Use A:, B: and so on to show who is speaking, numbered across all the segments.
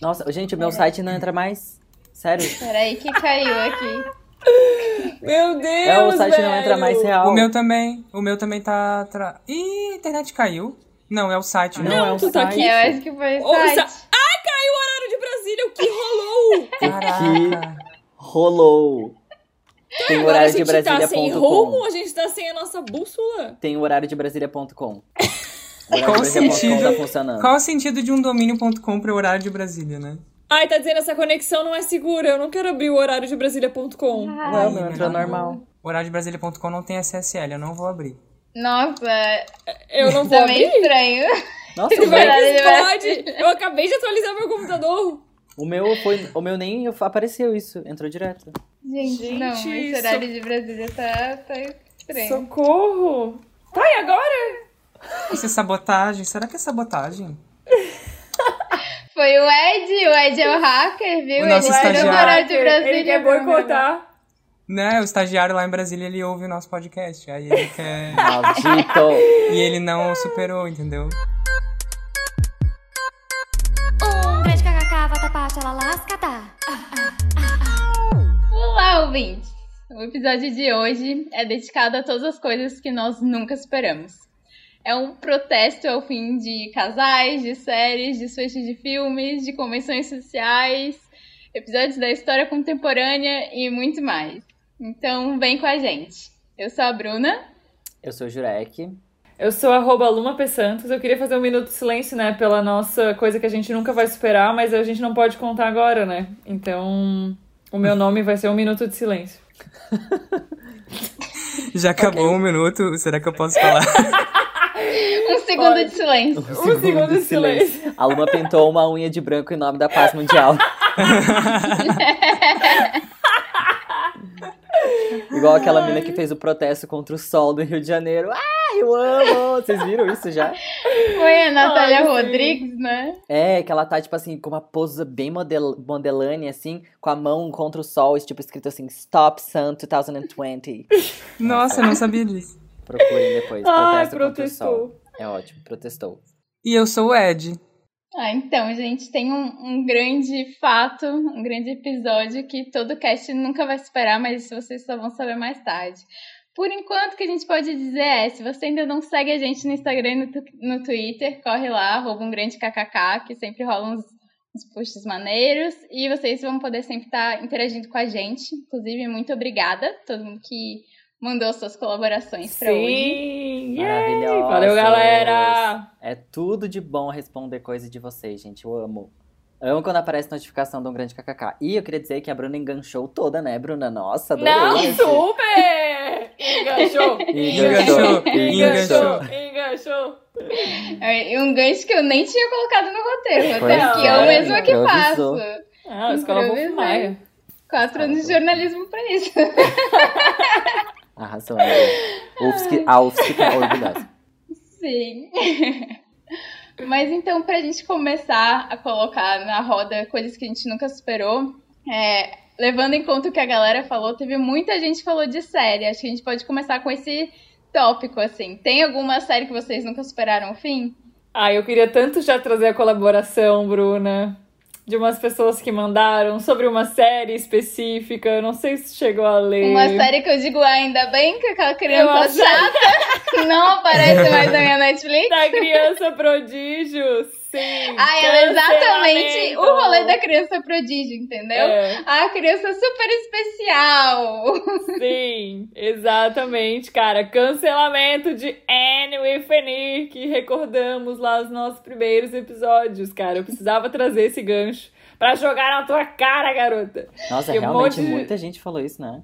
A: Nossa, gente, o meu site não entra mais. Sério.
B: Peraí, que caiu aqui.
C: Meu Deus!
A: É, o site não
C: velho.
A: entra mais real.
D: O meu também. O meu também tá. Tra... Ih, a internet caiu. Não, é o site.
A: Não, é um
C: tu tá
A: site.
C: aqui.
B: Eu acho que foi
C: Ô,
B: o site.
C: sa- Ah, caiu o horário de Brasília, o que rolou?
D: Caraca.
A: Rolou. Tem o
C: Agora a
A: horário de é
C: gente tá sem rumo,
A: Brasília.com.
C: a gente tá sem a nossa bússola.
A: Tem o horário de Brasília.com.
D: Qual o
A: Tá
D: sentido?
A: funcionando.
D: Qual o sentido de um domínio.com para o horário de Brasília, né?
C: Ai, tá dizendo essa conexão não é segura, eu não quero abrir o horário de Brasília.com.
A: Não,
B: Ah,
A: o meu entrou
D: Ai,
A: normal.
D: O horário de Brasília.com não tem SSL, eu não vou abrir.
B: Nossa,
C: Eu não é- vou
B: tá meio
C: abrir.
B: estranho.
A: Nossa, o
C: Como
A: meu,
B: Horário
C: é
B: de
C: que pode? Eu acabei de atualizar meu computador.
A: o meu foi. O meu nem apareceu isso. Entrou direto.
B: Gente,
C: Gente,
B: não, esse
C: isso-
B: horário de Brasília tá, tá estranho.
C: Socorro! Tá, e agora?
D: Isso é sabotagem? Será que é sabotagem?
B: Foi o Ed, o Ed é o hacker, viu?
D: O nosso
B: ele tirou
D: estagiário.
B: o horário de Brasília.
C: Ele quer
B: do meu.
C: boicotar.
D: Né? O estagiário lá em Brasília, ele ouve o nosso podcast. Aí ele quer...
A: Maldito!
D: e ele não superou, entendeu?
E: Um grande kkk, vatapá, tchalalascatá.
B: Olá, ouvintes! O episódio de hoje é dedicado a todas as coisas que nós nunca esperamos. É um protesto ao fim de casais, de séries, desfechos de filmes, de convenções sociais, episódios da história contemporânea e muito mais. Então, vem com a gente. Eu sou a Bruna.
A: Eu sou o Jurek.
C: Eu sou arroba Luma P. Santos. Eu queria fazer um minuto de silêncio, né? Pela nossa coisa que a gente nunca vai superar, mas a gente não pode contar agora, né? Então, o meu nome vai ser um minuto de silêncio.
D: Já acabou um minuto, será que eu posso falar?
B: Um segundo de silêncio.
C: Um segundo, de silêncio.
A: A Luma pintou uma unha de branco em nome da paz mundial. Igual aquela menina que fez o protesto contra o sol do Rio de Janeiro. Ah, eu amo! Vocês viram isso já?
B: Foi é a Natália
C: Ai, sim.
B: Rodrigues, né?
A: É, que ela tá, tipo assim, com uma pose bem model modelane, assim, com a mão contra o sol, e, tipo, escrito assim, Stop Sun 2020.
D: Nossa, eu não sabia disso.
A: Procurem depois,
C: Ai,
A: protesto contra o sol.
C: protestou.
A: É ótimo, protestou.
D: E eu sou o Ed.
B: Ah, então, gente, tem um, um grande fato, um grande episódio que todo cast nunca vai esperar, mas vocês só vão saber mais tarde. Por enquanto, o que a gente pode dizer é, se você ainda não segue a gente no Instagram e no, tu- no Twitter, corre lá, arroba um grande kkk, que sempre rola uns, uns posts maneiros, e vocês vão poder sempre estar interagindo com a gente. Inclusive, muito obrigada a todo mundo que mandou suas colaborações para hoje.
C: Sim! yay!
A: Maravilhosos.
C: Valeu, galera!
A: É tudo de bom responder coisa de vocês, gente. Eu amo. Eu amo quando aparece notificação de um grande kkk. E eu queria dizer que a Bruna enganchou toda, né, Bruna? Nossa, adorei.
C: Não, um
A: gente.
C: super! Enganchou!
A: Enganchou,
D: enganchou.
C: Enganchou!
B: É um gancho que eu nem tinha colocado no roteiro, até
A: Pois
B: que
A: é,
B: eu mesma que
A: improvisou.
B: faço.
C: Ah, a escola
B: Improvisei.
C: Wolf Maia.
B: Quatro anos de é jornalismo pra isso.
A: Arrasou, né? UFSC, a UFSC tá orgulhosa.
B: Sim. Mas então, pra gente começar a colocar na roda coisas que a gente nunca superou, é, levando em conta o que a galera falou, teve muita gente que falou de série. Acho que a gente pode começar com esse tópico, assim. Tem alguma série que vocês nunca superaram o fim?
C: Ah, eu queria tanto já trazer a colaboração, Bruna, de umas pessoas que mandaram sobre uma série específica. Eu não sei se chegou a ler.
B: Uma série que eu digo "Ah, ainda bem que aquela
C: É. Eu acho-
B: criança chata que não aparece mais na minha Netflix.
C: da criança prodígio. Sim.
B: Ah, ela é exatamente
C: cancelamento.
B: o rolê da criança prodígio, entendeu?
C: É,
B: A criança super especial.
C: sim, exatamente, cara. Cancelamento de Anne Whiffany, que recordamos lá os nossos primeiros episódios, cara. Eu precisava trazer esse gancho pra jogar na tua cara, garota.
A: Nossa,
C: E um
A: realmente
C: monte de-
A: muita gente falou isso, né?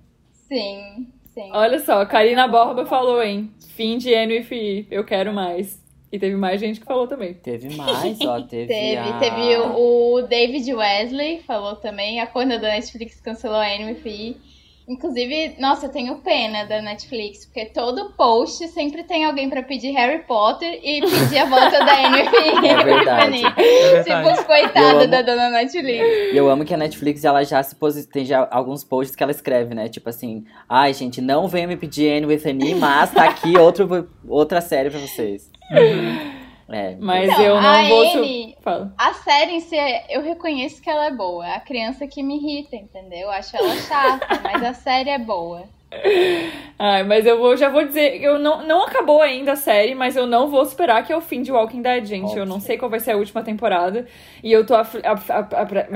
B: Sim, sim.
C: Olha só, Karina Borba falou, hein? Fim de NFI, eu quero mais. E teve mais gente que falou também.
A: Teve mais, ó. Teve,
B: Teve,
A: a...
B: teve o, o David Wesley, falou também. A corna da Netflix cancelou a NMFI. Inclusive, nossa, eu tenho pena da Netflix, porque todo post sempre tem alguém pra pedir Harry Potter e pedir a volta da NMFI.
A: É verdade.
D: É verdade.
B: Tipo, coitada
A: Eu amo-
B: da dona Netflix.
A: E eu amo que a Netflix, ela já se posiciona. Tem já alguns posts que ela escreve, né? Tipo assim, ai, gente, não
D: Uhum.
A: venha me pedir Anne with Annie, mas tá aqui outro, outra série pra vocês. É,
C: Mas
B: Então,
C: eu
B: a
C: não vou. su-
B: Anne-
C: Fala.
B: A série em si, eu reconheço que ela é boa. A criança que me irrita, entendeu? Eu acho ela chata, mas a série é boa.
C: Ai, mas eu vou, já vou dizer, eu não, não acabou ainda a série, mas eu não vou esperar que é o fim de Walking Dead, gente. Eu não
A: Ok.
C: sei qual vai ser a última temporada. E eu tô afli- af- af- apre-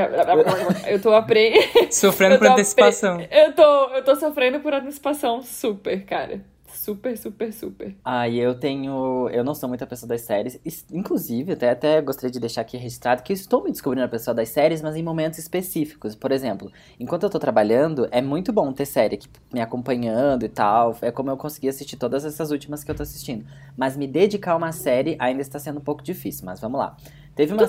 C: eu tô apre...
D: Sofrendo
C: Eu
D: por
C: tô
D: antecipação.
C: eu tô eu tô sofrendo por antecipação super, cara. Super, super, super.
A: Aí eu tenho. Eu não sou muita pessoa das séries. Is- Inclusive, até, até gostaria de deixar aqui registrado que eu estou me descobrindo a pessoa das séries, mas em momentos específicos. Por exemplo, enquanto eu tô trabalhando, é muito bom ter série que, me acompanhando e tal. É como eu consegui assistir todas essas últimas que eu tô assistindo. Mas me dedicar a uma série ainda está sendo um pouco difícil, mas vamos lá. Teve uma
C: Tu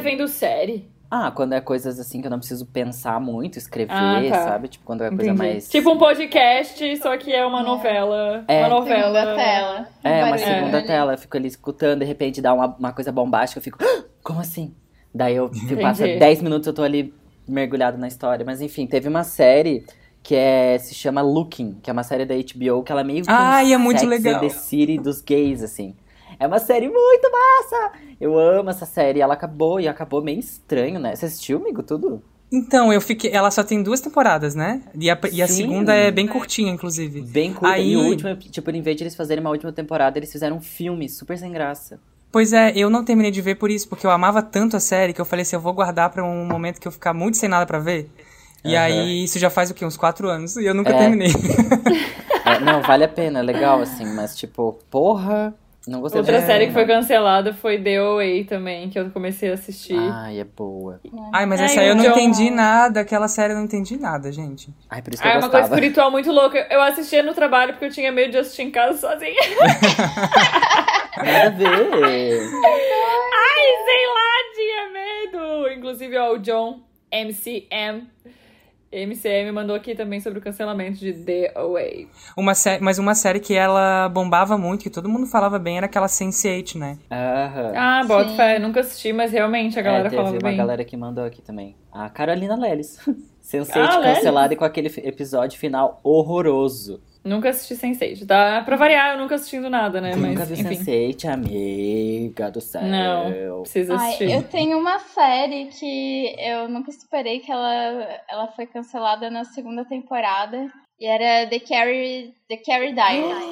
A: série.
C: vendo série?
A: Ah, quando é coisas assim que eu não preciso pensar muito, escrever,
C: Ah, tá.
A: sabe? Tipo, quando é coisa
C: Entendi.
A: mais.
C: Tipo um podcast, só que é uma
B: É.
C: novela.
A: É.
C: Uma novela.
B: Segunda tela.
A: É, uma
B: Barulho
A: segunda
B: ali.
A: tela, eu fico ali escutando, de repente dá uma, uma coisa bombástica, eu fico, "Ah, como assim? Daí eu fico, passa
C: Entendi.
A: 10 minutos, eu tô ali mergulhado na história. Mas enfim, teve uma série que é, se chama Looking, que é uma série da HBO, que ela é meio que um
D: Ai, é muito
A: Sex and
D: legal.
A: the City dos gays, assim. É uma série muito massa! Eu amo essa série, ela acabou, e acabou meio estranho, né? Você assistiu, amigo, tudo?
D: Então, eu fiquei. Ela só tem duas temporadas, né? E a, e a
A: Sim.
D: segunda é bem curtinha, inclusive.
A: Bem curta. E o
D: Aí-
A: último, tipo, em vez de eles fazerem uma última temporada, eles fizeram um filme super sem graça.
D: Pois é, eu não terminei de ver por isso, porque eu amava tanto a série que eu falei assim, eu vou guardar pra um momento que eu ficar muito sem nada pra ver. E
A: Aham.
D: aí, isso já faz o quê? Uns quatro anos. E eu nunca
A: É.
D: terminei.
A: É, não, vale a pena, é legal, assim, mas tipo, porra, não gostei
C: Outra
A: muito,
C: série que
A: é, não.
C: foi cancelada foi The Away também, que eu comecei a assistir.
A: Ai, é boa.
D: Ai, mas
C: Ai,
D: essa aí eu não
C: John.
D: entendi nada. Aquela série eu não entendi nada, gente.
A: Ai, por isso que
C: Ah, é
A: eu
C: uma coisa
A: gostava.
C: espiritual muito louca. Eu assistia no trabalho porque eu tinha medo de assistir em casa sozinha.
A: Nada a ver.
C: Ai, sei lá, tinha medo. Inclusive, ó, o John MCM. MCM mandou aqui também sobre o cancelamento de The Away.
D: Uma sé... Mas uma série que ela bombava muito, que todo mundo falava bem, era aquela Sense8, né?
A: Aham.
C: Ah, bota
B: Sim.
C: fé, nunca assisti, mas realmente a galera
A: é, teve
C: falava
A: uma
C: bem.
A: galera que mandou aqui também. A Carolina Lelis. Sensei
C: Ah, Lelis.
A: cancelada e com aquele fi- episódio final horroroso.
C: Nunca assisti Sense8, tá? Pra variar, eu nunca assistindo nada, né?
A: Nunca
C: mas,
A: vi
C: enfim.
A: Sensei, amiga do céu.
C: Não. Precisa
B: Ai,
C: assistir.
B: eu tenho uma série que eu nunca esperei que ela, ela foi cancelada na segunda temporada. E era The Carrie, The Carrie Diaries.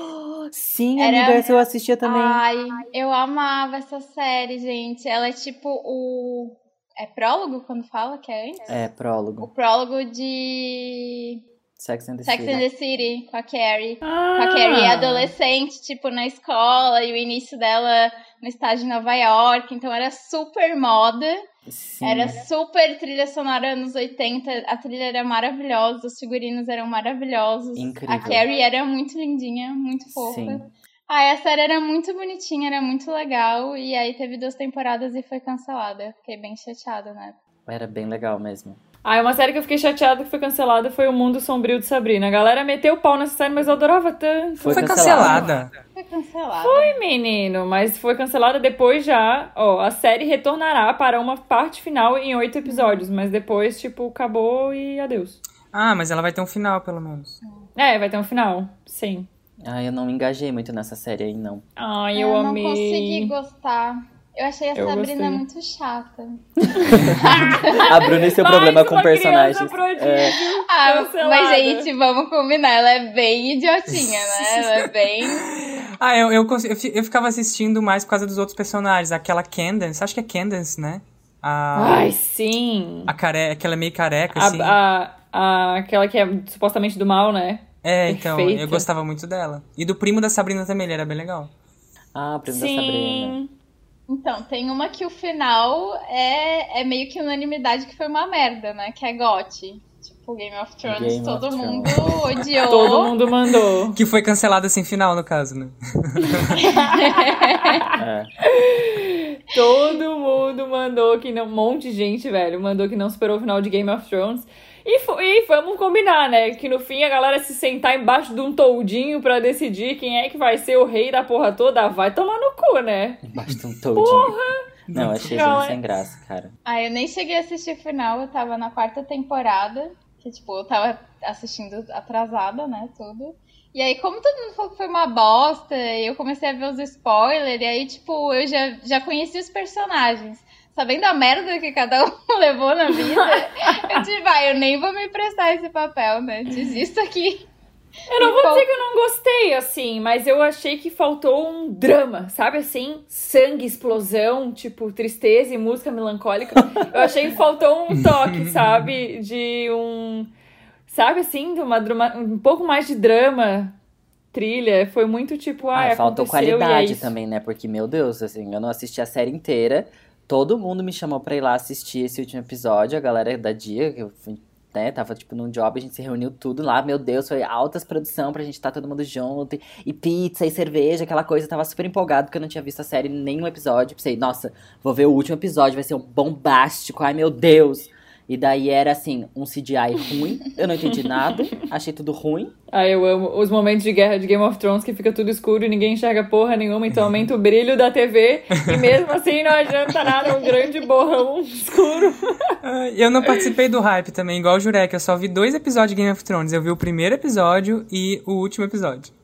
A: Sim,
B: Era-
A: amiga, essa eu assistia Ah, também.
B: Ai, eu amava essa série, gente. Ela é tipo o. É prólogo quando fala que é antes?
A: É,
B: O
A: prólogo.
B: prólogo de
A: Sex and the
B: Sex
A: City.
B: and the City com a Carrie. Com
C: Ah,
B: a Carrie adolescente, tipo, na escola, e o início dela no estágio em Nova York. Então era super moda.
A: Sim.
B: Era super trilha sonora anos 80, a trilha era maravilhosa, os figurinos eram maravilhosos.
A: Incrível.
B: A Carrie era muito lindinha, muito fofa.
A: Sim.
B: Ah, essa era, era muito bonitinha, era muito legal, e aí teve duas temporadas e foi cancelada. Eu Fiquei bem chateada, né?
A: Era bem legal mesmo.
C: Ah, uma série que eu fiquei chateada que foi cancelada foi O Mundo Sombrio de Sabrina. A galera meteu o pau nessa série, mas eu adorava tanto.
A: Foi
D: Foi,
A: cancelada.
D: cancelada.
B: Foi cancelada.
C: Foi, menino, mas foi cancelada depois já. Ó, a série retornará para uma parte final em oito episódios, mas depois, tipo, acabou e adeus.
D: Ah, mas ela vai ter um final, pelo menos.
C: É, vai ter um final, sim.
A: Ah, eu não me engajei muito nessa série aí, não.
C: Ai, eu,
B: não
C: amei.
B: consegui gostar. Eu achei a
C: Eu
B: Sabrina
C: gostei.
B: muito chata.
A: A Bruna e seu
C: Mais
A: um problema com
C: é uma
A: personagens.
C: criança prodígio.
A: É,
B: Ah, mas,
C: Cancelada.
B: gente, vamos combinar. Ela é bem idiotinha, né? Ela é bem.
D: Ah, eu, eu, cons- eu, fi- eu ficava assistindo mais por causa dos outros personagens. Aquela Candace, acho que é Candace, né? A,
C: Ai, sim.
D: a care... Aquela meio careca,
C: A-
D: assim.
C: a- a- aquela que é supostamente do mal, né?
D: É, então,
C: Perfeita.
D: eu gostava muito dela. E do primo da Sabrina também, ele era bem legal.
A: Ah, primo da Sabrina.
C: Sim.
B: Então, tem uma que o final é, é meio que unanimidade que foi uma merda, né? Que é GOT. Tipo, Game of Thrones,
A: Game of
B: todo
A: Thrones.
B: mundo odiou.
C: Todo mundo mandou.
D: Que foi cancelada sem final, no caso, né?
A: É.
C: Todo mundo mandou que não. Um monte de gente, velho, mandou que não superou o final de Game of Thrones. E, fo- e vamos combinar, né? Que no fim a galera se sentar embaixo de um toldinho pra decidir quem é que vai ser o rei da porra toda, vai tomar no cu, né?
A: Basta um toadinho. Não, achei
C: Não,
A: gente
C: é-
A: sem graça, cara.
B: Ah, eu nem cheguei a assistir o final, eu tava na quarta temporada, que tipo, eu tava assistindo atrasada, né, tudo. E aí, como todo mundo falou que foi uma bosta, eu comecei a ver os spoilers, e aí, tipo, eu já, já conheci os personagens. Sabendo a merda que cada um levou na vida, eu disse, vai, eu nem vou me prestar esse papel, né? Desisto aqui.
C: Eu não vou
B: Então-
C: dizer que eu não gostei, assim, mas eu achei que faltou um drama, sabe assim? Sangue, explosão, tipo, tristeza e música melancólica. Eu achei que faltou um toque, sabe? De um. Sabe assim? De uma, drama- um pouco mais de drama, trilha. Foi muito tipo, ah,
A: Ah, faltou
C: aconteceu e é
A: qualidade
C: isso.
A: também, né? Porque, meu Deus, assim, eu não assisti a série inteira. Todo mundo me chamou pra ir lá assistir esse último episódio. A galera da dia, que eu fui, né, tava tipo num job, a gente se reuniu tudo lá. Meu Deus, foi altas produção pra gente estar todo mundo junto. E, e pizza e cerveja, aquela coisa. Eu tava super empolgado porque eu não tinha visto a série nenhum episódio. Pensei, nossa, vou ver o último episódio, vai ser um bombástico. Ai, meu Deus. E daí era assim, um CGI ruim, eu não entendi nada, achei tudo ruim.
C: Ah, eu amo os momentos de guerra de Game of Thrones que fica tudo escuro e ninguém enxerga porra nenhuma, então aumenta o brilho da TV e mesmo assim não adianta nada, é um grande borrão escuro.
D: Ah, Eu não participei do hype também, igual o Jurek. Eu só vi dois episódios de Game of Thrones. Eu vi o primeiro episódio e o último episódio.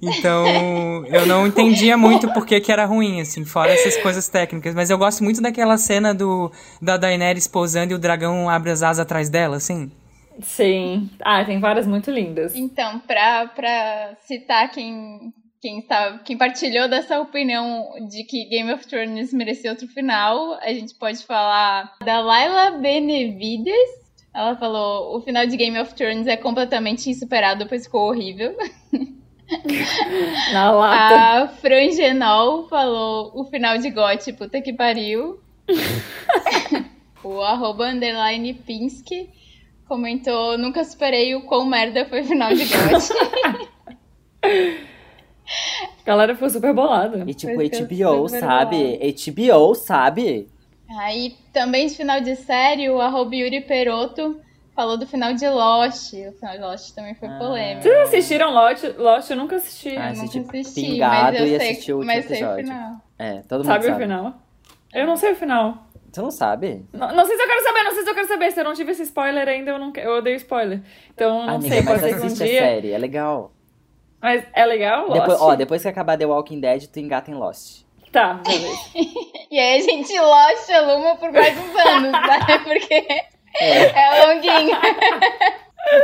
D: Então, eu não entendia muito por que que era ruim, assim, fora essas coisas técnicas. Mas eu gosto muito daquela cena do da Daenerys pousando e o dragão abre as asas atrás dela, assim.
C: Sim. Ah, tem várias muito lindas.
B: Então, pra, pra citar quem, quem, tá, quem partilhou dessa opinião de que Game of Thrones merecia outro final, a gente pode falar da Laila Benevides. Ela falou: o final de Game of Thrones é completamente insuperável, pois ficou horrível.
C: Na lata.
B: A Fran Genol falou: o final de Gotti, puta que pariu. o arroba underline Pinsky comentou: nunca superei o quão merda foi o final de Gotti.
C: A galera ficou super bolada.
A: E tipo,
B: Pois que eu
A: HBO,
B: super
A: sabe? HBO, sabe?
B: Aí também de final de série, o arroba Yuri Peroto falou do final de Lost. O final de Lost também foi
A: Ah.
B: polêmico.
C: Vocês assistiram Lost? Lost eu nunca assisti.
A: Ah,
B: Eu nunca
A: assisti
B: assisti,
A: Pingado
B: mas eu
A: e
B: sei,
A: assisti o último
B: mas sei
A: episódio.
B: o final.
A: É, todo
C: sabe,
A: mundo
C: o
A: sabe.
C: final? Eu não sei o final.
A: Você não sabe?
C: Não, não sei se eu quero saber, não sei se eu quero saber. Se eu não tive esse spoiler ainda, eu não quero. Eu odeio spoiler. Então, eu não
A: Amiga,
C: sei, pode
A: Ah, mas
C: ser que um
A: assiste a
C: dia.
A: série, é legal.
C: Mas é legal, Lost?
A: Depois, ó, depois que acabar The Walking Dead, tu engata em Lost.
C: Tá, beleza.
B: E aí a gente Lost a Luma por mais uns anos, né? Porque
A: É,
B: é longuinho.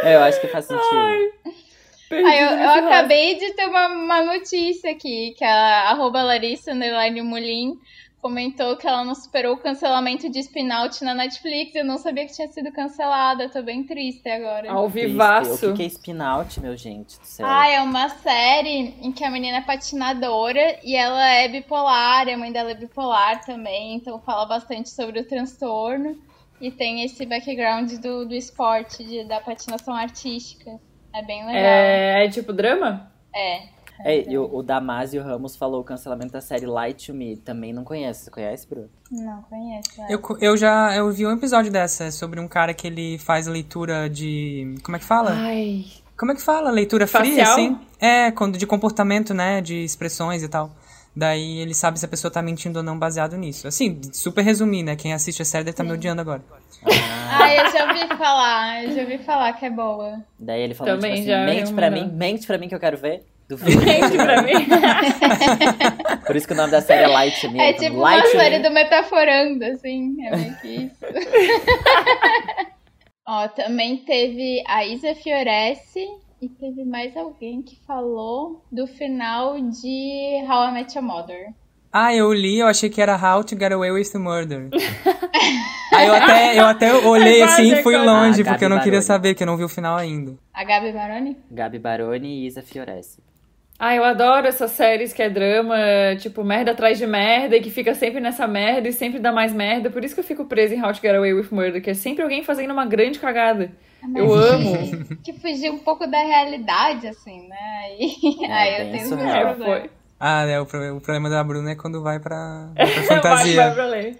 A: eu acho que faz sentido.
C: Perdi
B: Aí eu,
C: no
B: eu
C: churrasco.
B: acabei de ter uma, uma notícia aqui, que a arroba Larissa underline Mulin comentou que ela não superou o cancelamento de Spinout na Netflix. Eu não sabia que tinha sido cancelada, tô bem triste agora.
C: Ao
A: Triste.
C: vivaço.
A: O que que é spin-out, meu gente do céu?
B: Ah, é uma série em que a menina é patinadora e ela é bipolar, e a mãe dela é bipolar também, então fala bastante sobre o transtorno e tem esse background do, do esporte, de- da patinação artística. É bem legal.
C: É, é tipo drama?
B: É.
A: É, e o, o Damasio Ramos falou o cancelamento da série Light to Me. Também não conhece. Você conhece, Bru?
B: Não conheço. é.
D: Eu, co- eu já eu vi um episódio dessa, é sobre um cara que ele faz leitura de. Como é que fala?
C: Ai.
D: Como é que fala? Leitura fria,
C: Facial?
D: assim? É, quando, de comportamento, né? De expressões e tal. Daí ele sabe se a pessoa tá mentindo ou não baseado nisso. Assim, super resumir, né? Quem assiste a série deve tá me odiando agora.
B: Ah, eu já ouvi falar, eu já ouvi falar que é boa.
A: Daí ele falou,
C: Também
A: tipo assim,
C: já vi
A: mente
C: um
A: pra
C: não.
A: mim, mente pra mim que eu quero ver. Duvido.
C: Gente, pra mim.
A: Por isso que o nome da série é Light to Me.
B: É tipo uma
A: Light né? to
B: série
A: Me.
B: do Metaforando, assim, é meio que isso. Ó, também teve a Isa Fioresse e teve mais alguém que falou do final de How I Met Your Mother.
D: Ah, eu li, eu achei que era How to Get Away with the Murder. Aí eu até, eu até olhei
C: É
D: assim
C: quase
D: e fui
C: igual.
A: Ah,
D: longe,
A: Gabi
D: porque eu não queria
A: Baroni.
D: saber, que eu não vi o final ainda.
B: A Gabi Maroni?
A: Gabi Baroni e Isa Fiorese.
C: Ah, eu adoro essas séries que é drama, tipo, merda atrás de merda, e que fica sempre nessa merda e sempre dá mais merda. Por isso que eu fico presa em How to Get Away with Murder, que é sempre alguém fazendo uma grande cagada. Eu amo.
B: Que fugiu um pouco da realidade, assim, né? E,
A: É,
B: aí eu
A: bem
B: tenho
A: surreal.
B: um
C: É, foi.
B: problema.
D: Ah, é, o, pro- o problema da Bruna é quando vai pra, vai pra
C: Vai,
D: fantasia.
C: vai pra ler.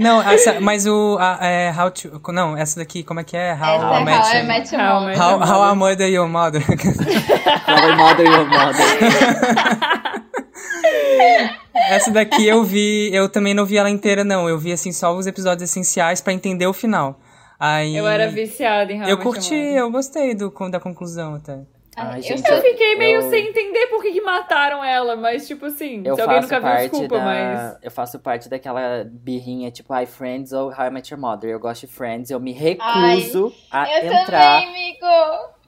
D: Não, essa, mas o. a- é, how to, não, essa daqui, como é que é? How,
B: Essa é
D: I
B: How I
D: Met Your-
B: Met Your
C: How I
B: Mother.
C: Met
D: How, how I Murder Your Mother.
A: Cover Mother, Your Mother.
D: Essa daqui eu vi, eu também não vi ela inteira, não. Eu vi, assim, só os episódios essenciais pra entender o final. Aí.
C: Eu era viciada em How I
D: Eu
C: Met Your
D: curti,
C: Mother.
D: eu gostei do, da conclusão até.
A: Ai,
B: eu
A: gente,
B: só
C: Eu fiquei meio
A: eu-
C: sem entender por que, que mataram ela, mas tipo assim,
A: Eu
C: se alguém
A: faço
C: nunca viu,
A: parte
C: desculpa,
A: da...
C: mas.
A: Eu faço parte daquela birrinha tipo, ai, Friends ou How I Met Your Mother. Eu gosto de Friends, eu me
B: Ai,
A: recuso a
B: Eu
A: entrar.
B: também, amigo!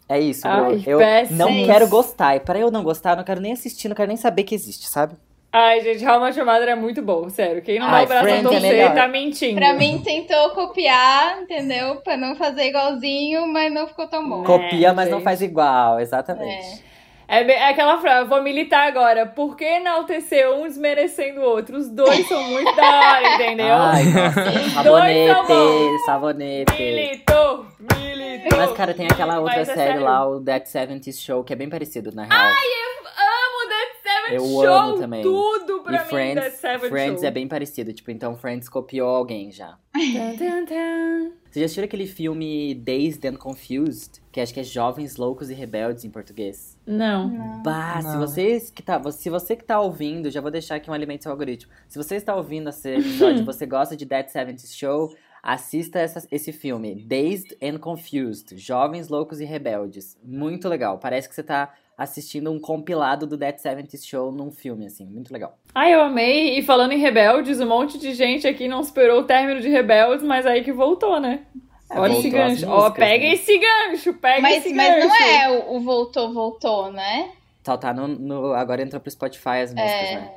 A: É isso,
C: Ai,
A: Bru. Eu
C: péssimo.
A: não
B: É isso.
A: quero gostar. E pra eu não gostar, eu não quero nem assistir, não quero nem saber que existe, sabe?
C: Ai, gente, How Much Your Mother é muito bom, sério. Quem não dá
A: Ai,
C: o braço a
A: Friends é
C: torcer
A: melhor.
C: tá mentindo.
B: Pra mim, tentou copiar, entendeu? Pra não fazer igualzinho, mas não ficou tão bom.
A: Copia, mas não
C: É, gente.
A: faz igual. Exatamente.
C: É, bem- é aquela frase, vou militar agora. Por que enaltecer um desmerecendo o outro? Os dois são muito da hora, entendeu?
A: Ai, nossa.
C: bons.
A: sabonete, sabonete.
C: Militou, militou.
A: Mas, cara, tem aquela outra
C: Mas é
A: série
C: sério.
A: lá, o That 70 Show, que é bem parecido, na real.
C: Amo That Seven
A: Eu
C: Show.
A: amo também.
C: Tudo
A: e
C: pra mim, That
A: Friends,
C: Seven
A: Friends
C: Show.
A: é bem parecido. Tipo, então Friends copiou alguém já.
C: Tan, tan, tan.
A: Vocês já assistiram aquele filme Dazed and Confused? Que acho que é Jovens, Loucos e Rebeldes em português.
C: Não.
A: Bah, se
D: Não.
A: vocês que tá, se você que tá ouvindo, já vou deixar aqui um alimento seu algoritmo. Se você está ouvindo esse episódio, e você gosta de Dead 70 Show, assista essa- esse filme, Dazed and Confused, Jovens Loucos e Rebeldes. Muito legal. Parece que você tá assistindo um compilado do Dead 70 Show num filme assim, muito legal.
C: Ai, eu amei. E falando em Rebeldes, um monte de gente aqui não esperou o término de Rebeldes, mas aí que voltou, né?
A: É,
C: Olha esse
A: voltou as
C: gancho. Ó,
A: músicas,
C: pega
A: né?
C: esse gancho, pega
B: Mas,
C: esse
B: mas
C: gancho.
B: não é o, o voltou, voltou, né?
A: Tá, tá no, no- agora entrou pro Spotify as músicas,
B: É.
A: né?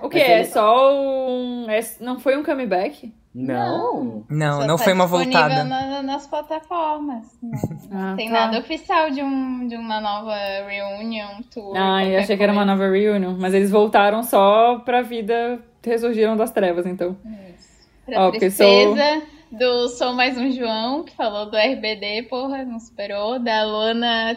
C: O que?
A: Mas
C: É
A: ele-
C: só um. é- Não foi um comeback?
A: Não.
D: Não,
B: Só
D: não
B: tá
D: foi uma
B: disponível
D: voltada.
B: na- nas plataformas. né? Não
C: Ah,
B: tem
C: tá.
B: nada oficial de, um, de uma nova reunion, tour.
C: Ah, eu
B: qualquer
C: achei que era uma
B: coisa.
C: nova reunion, mas eles voltaram só pra vida, ressurgiram das trevas, então.
B: Pra
C: Ó, porque sou-
B: tristeza do Sou Mais Um João, que falou do RBD, porra, não superou. Da Luana,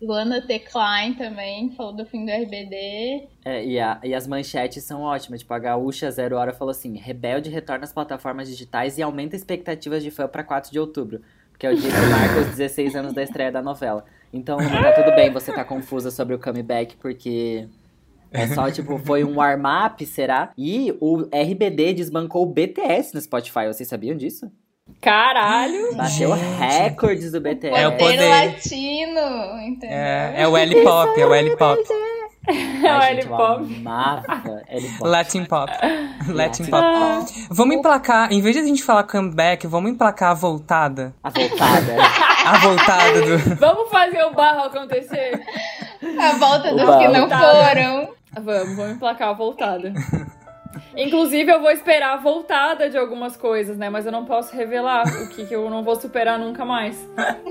B: Luana T. Klein também, que falou do fim do RBD.
A: É, e, a- e as manchetes são ótimas. Tipo, a Gaúcha Zero Hora falou assim: Rebelde retorna às plataformas digitais e aumenta expectativas de fã pra 4 de outubro. Que é o dia que marca os 16 anos da estreia da novela. Então, tá tudo bem você tá confusa sobre o comeback, porque. É só, tipo, foi um warm-up, será? E o RBD desbancou o BTS no Spotify, vocês sabiam disso?
C: Caralho!
A: Bateu
D: Gente.
A: recordes do BTS.
D: É o
B: poder,
D: poder.
B: latino, entendeu?
D: É, é o L-pop, é o L-pop.
A: Ai, gente, eu
C: L-pop.
A: amava L-pop.
D: Latin pop. Latin
A: Latin
D: pop.
C: Ah,
B: tá.
D: Vamos emplacar, em vez de a gente falar comeback, vamos emplacar a voltada.
A: A voltada.
D: A voltada do.
C: vamos fazer o barro acontecer?
B: A volta dos
A: Oba,
B: que não foram.
C: Vamos, vamos emplacar a voltada. Inclusive, eu vou esperar a voltada de algumas coisas, né? Mas eu não posso revelar o que, que eu não vou superar nunca mais.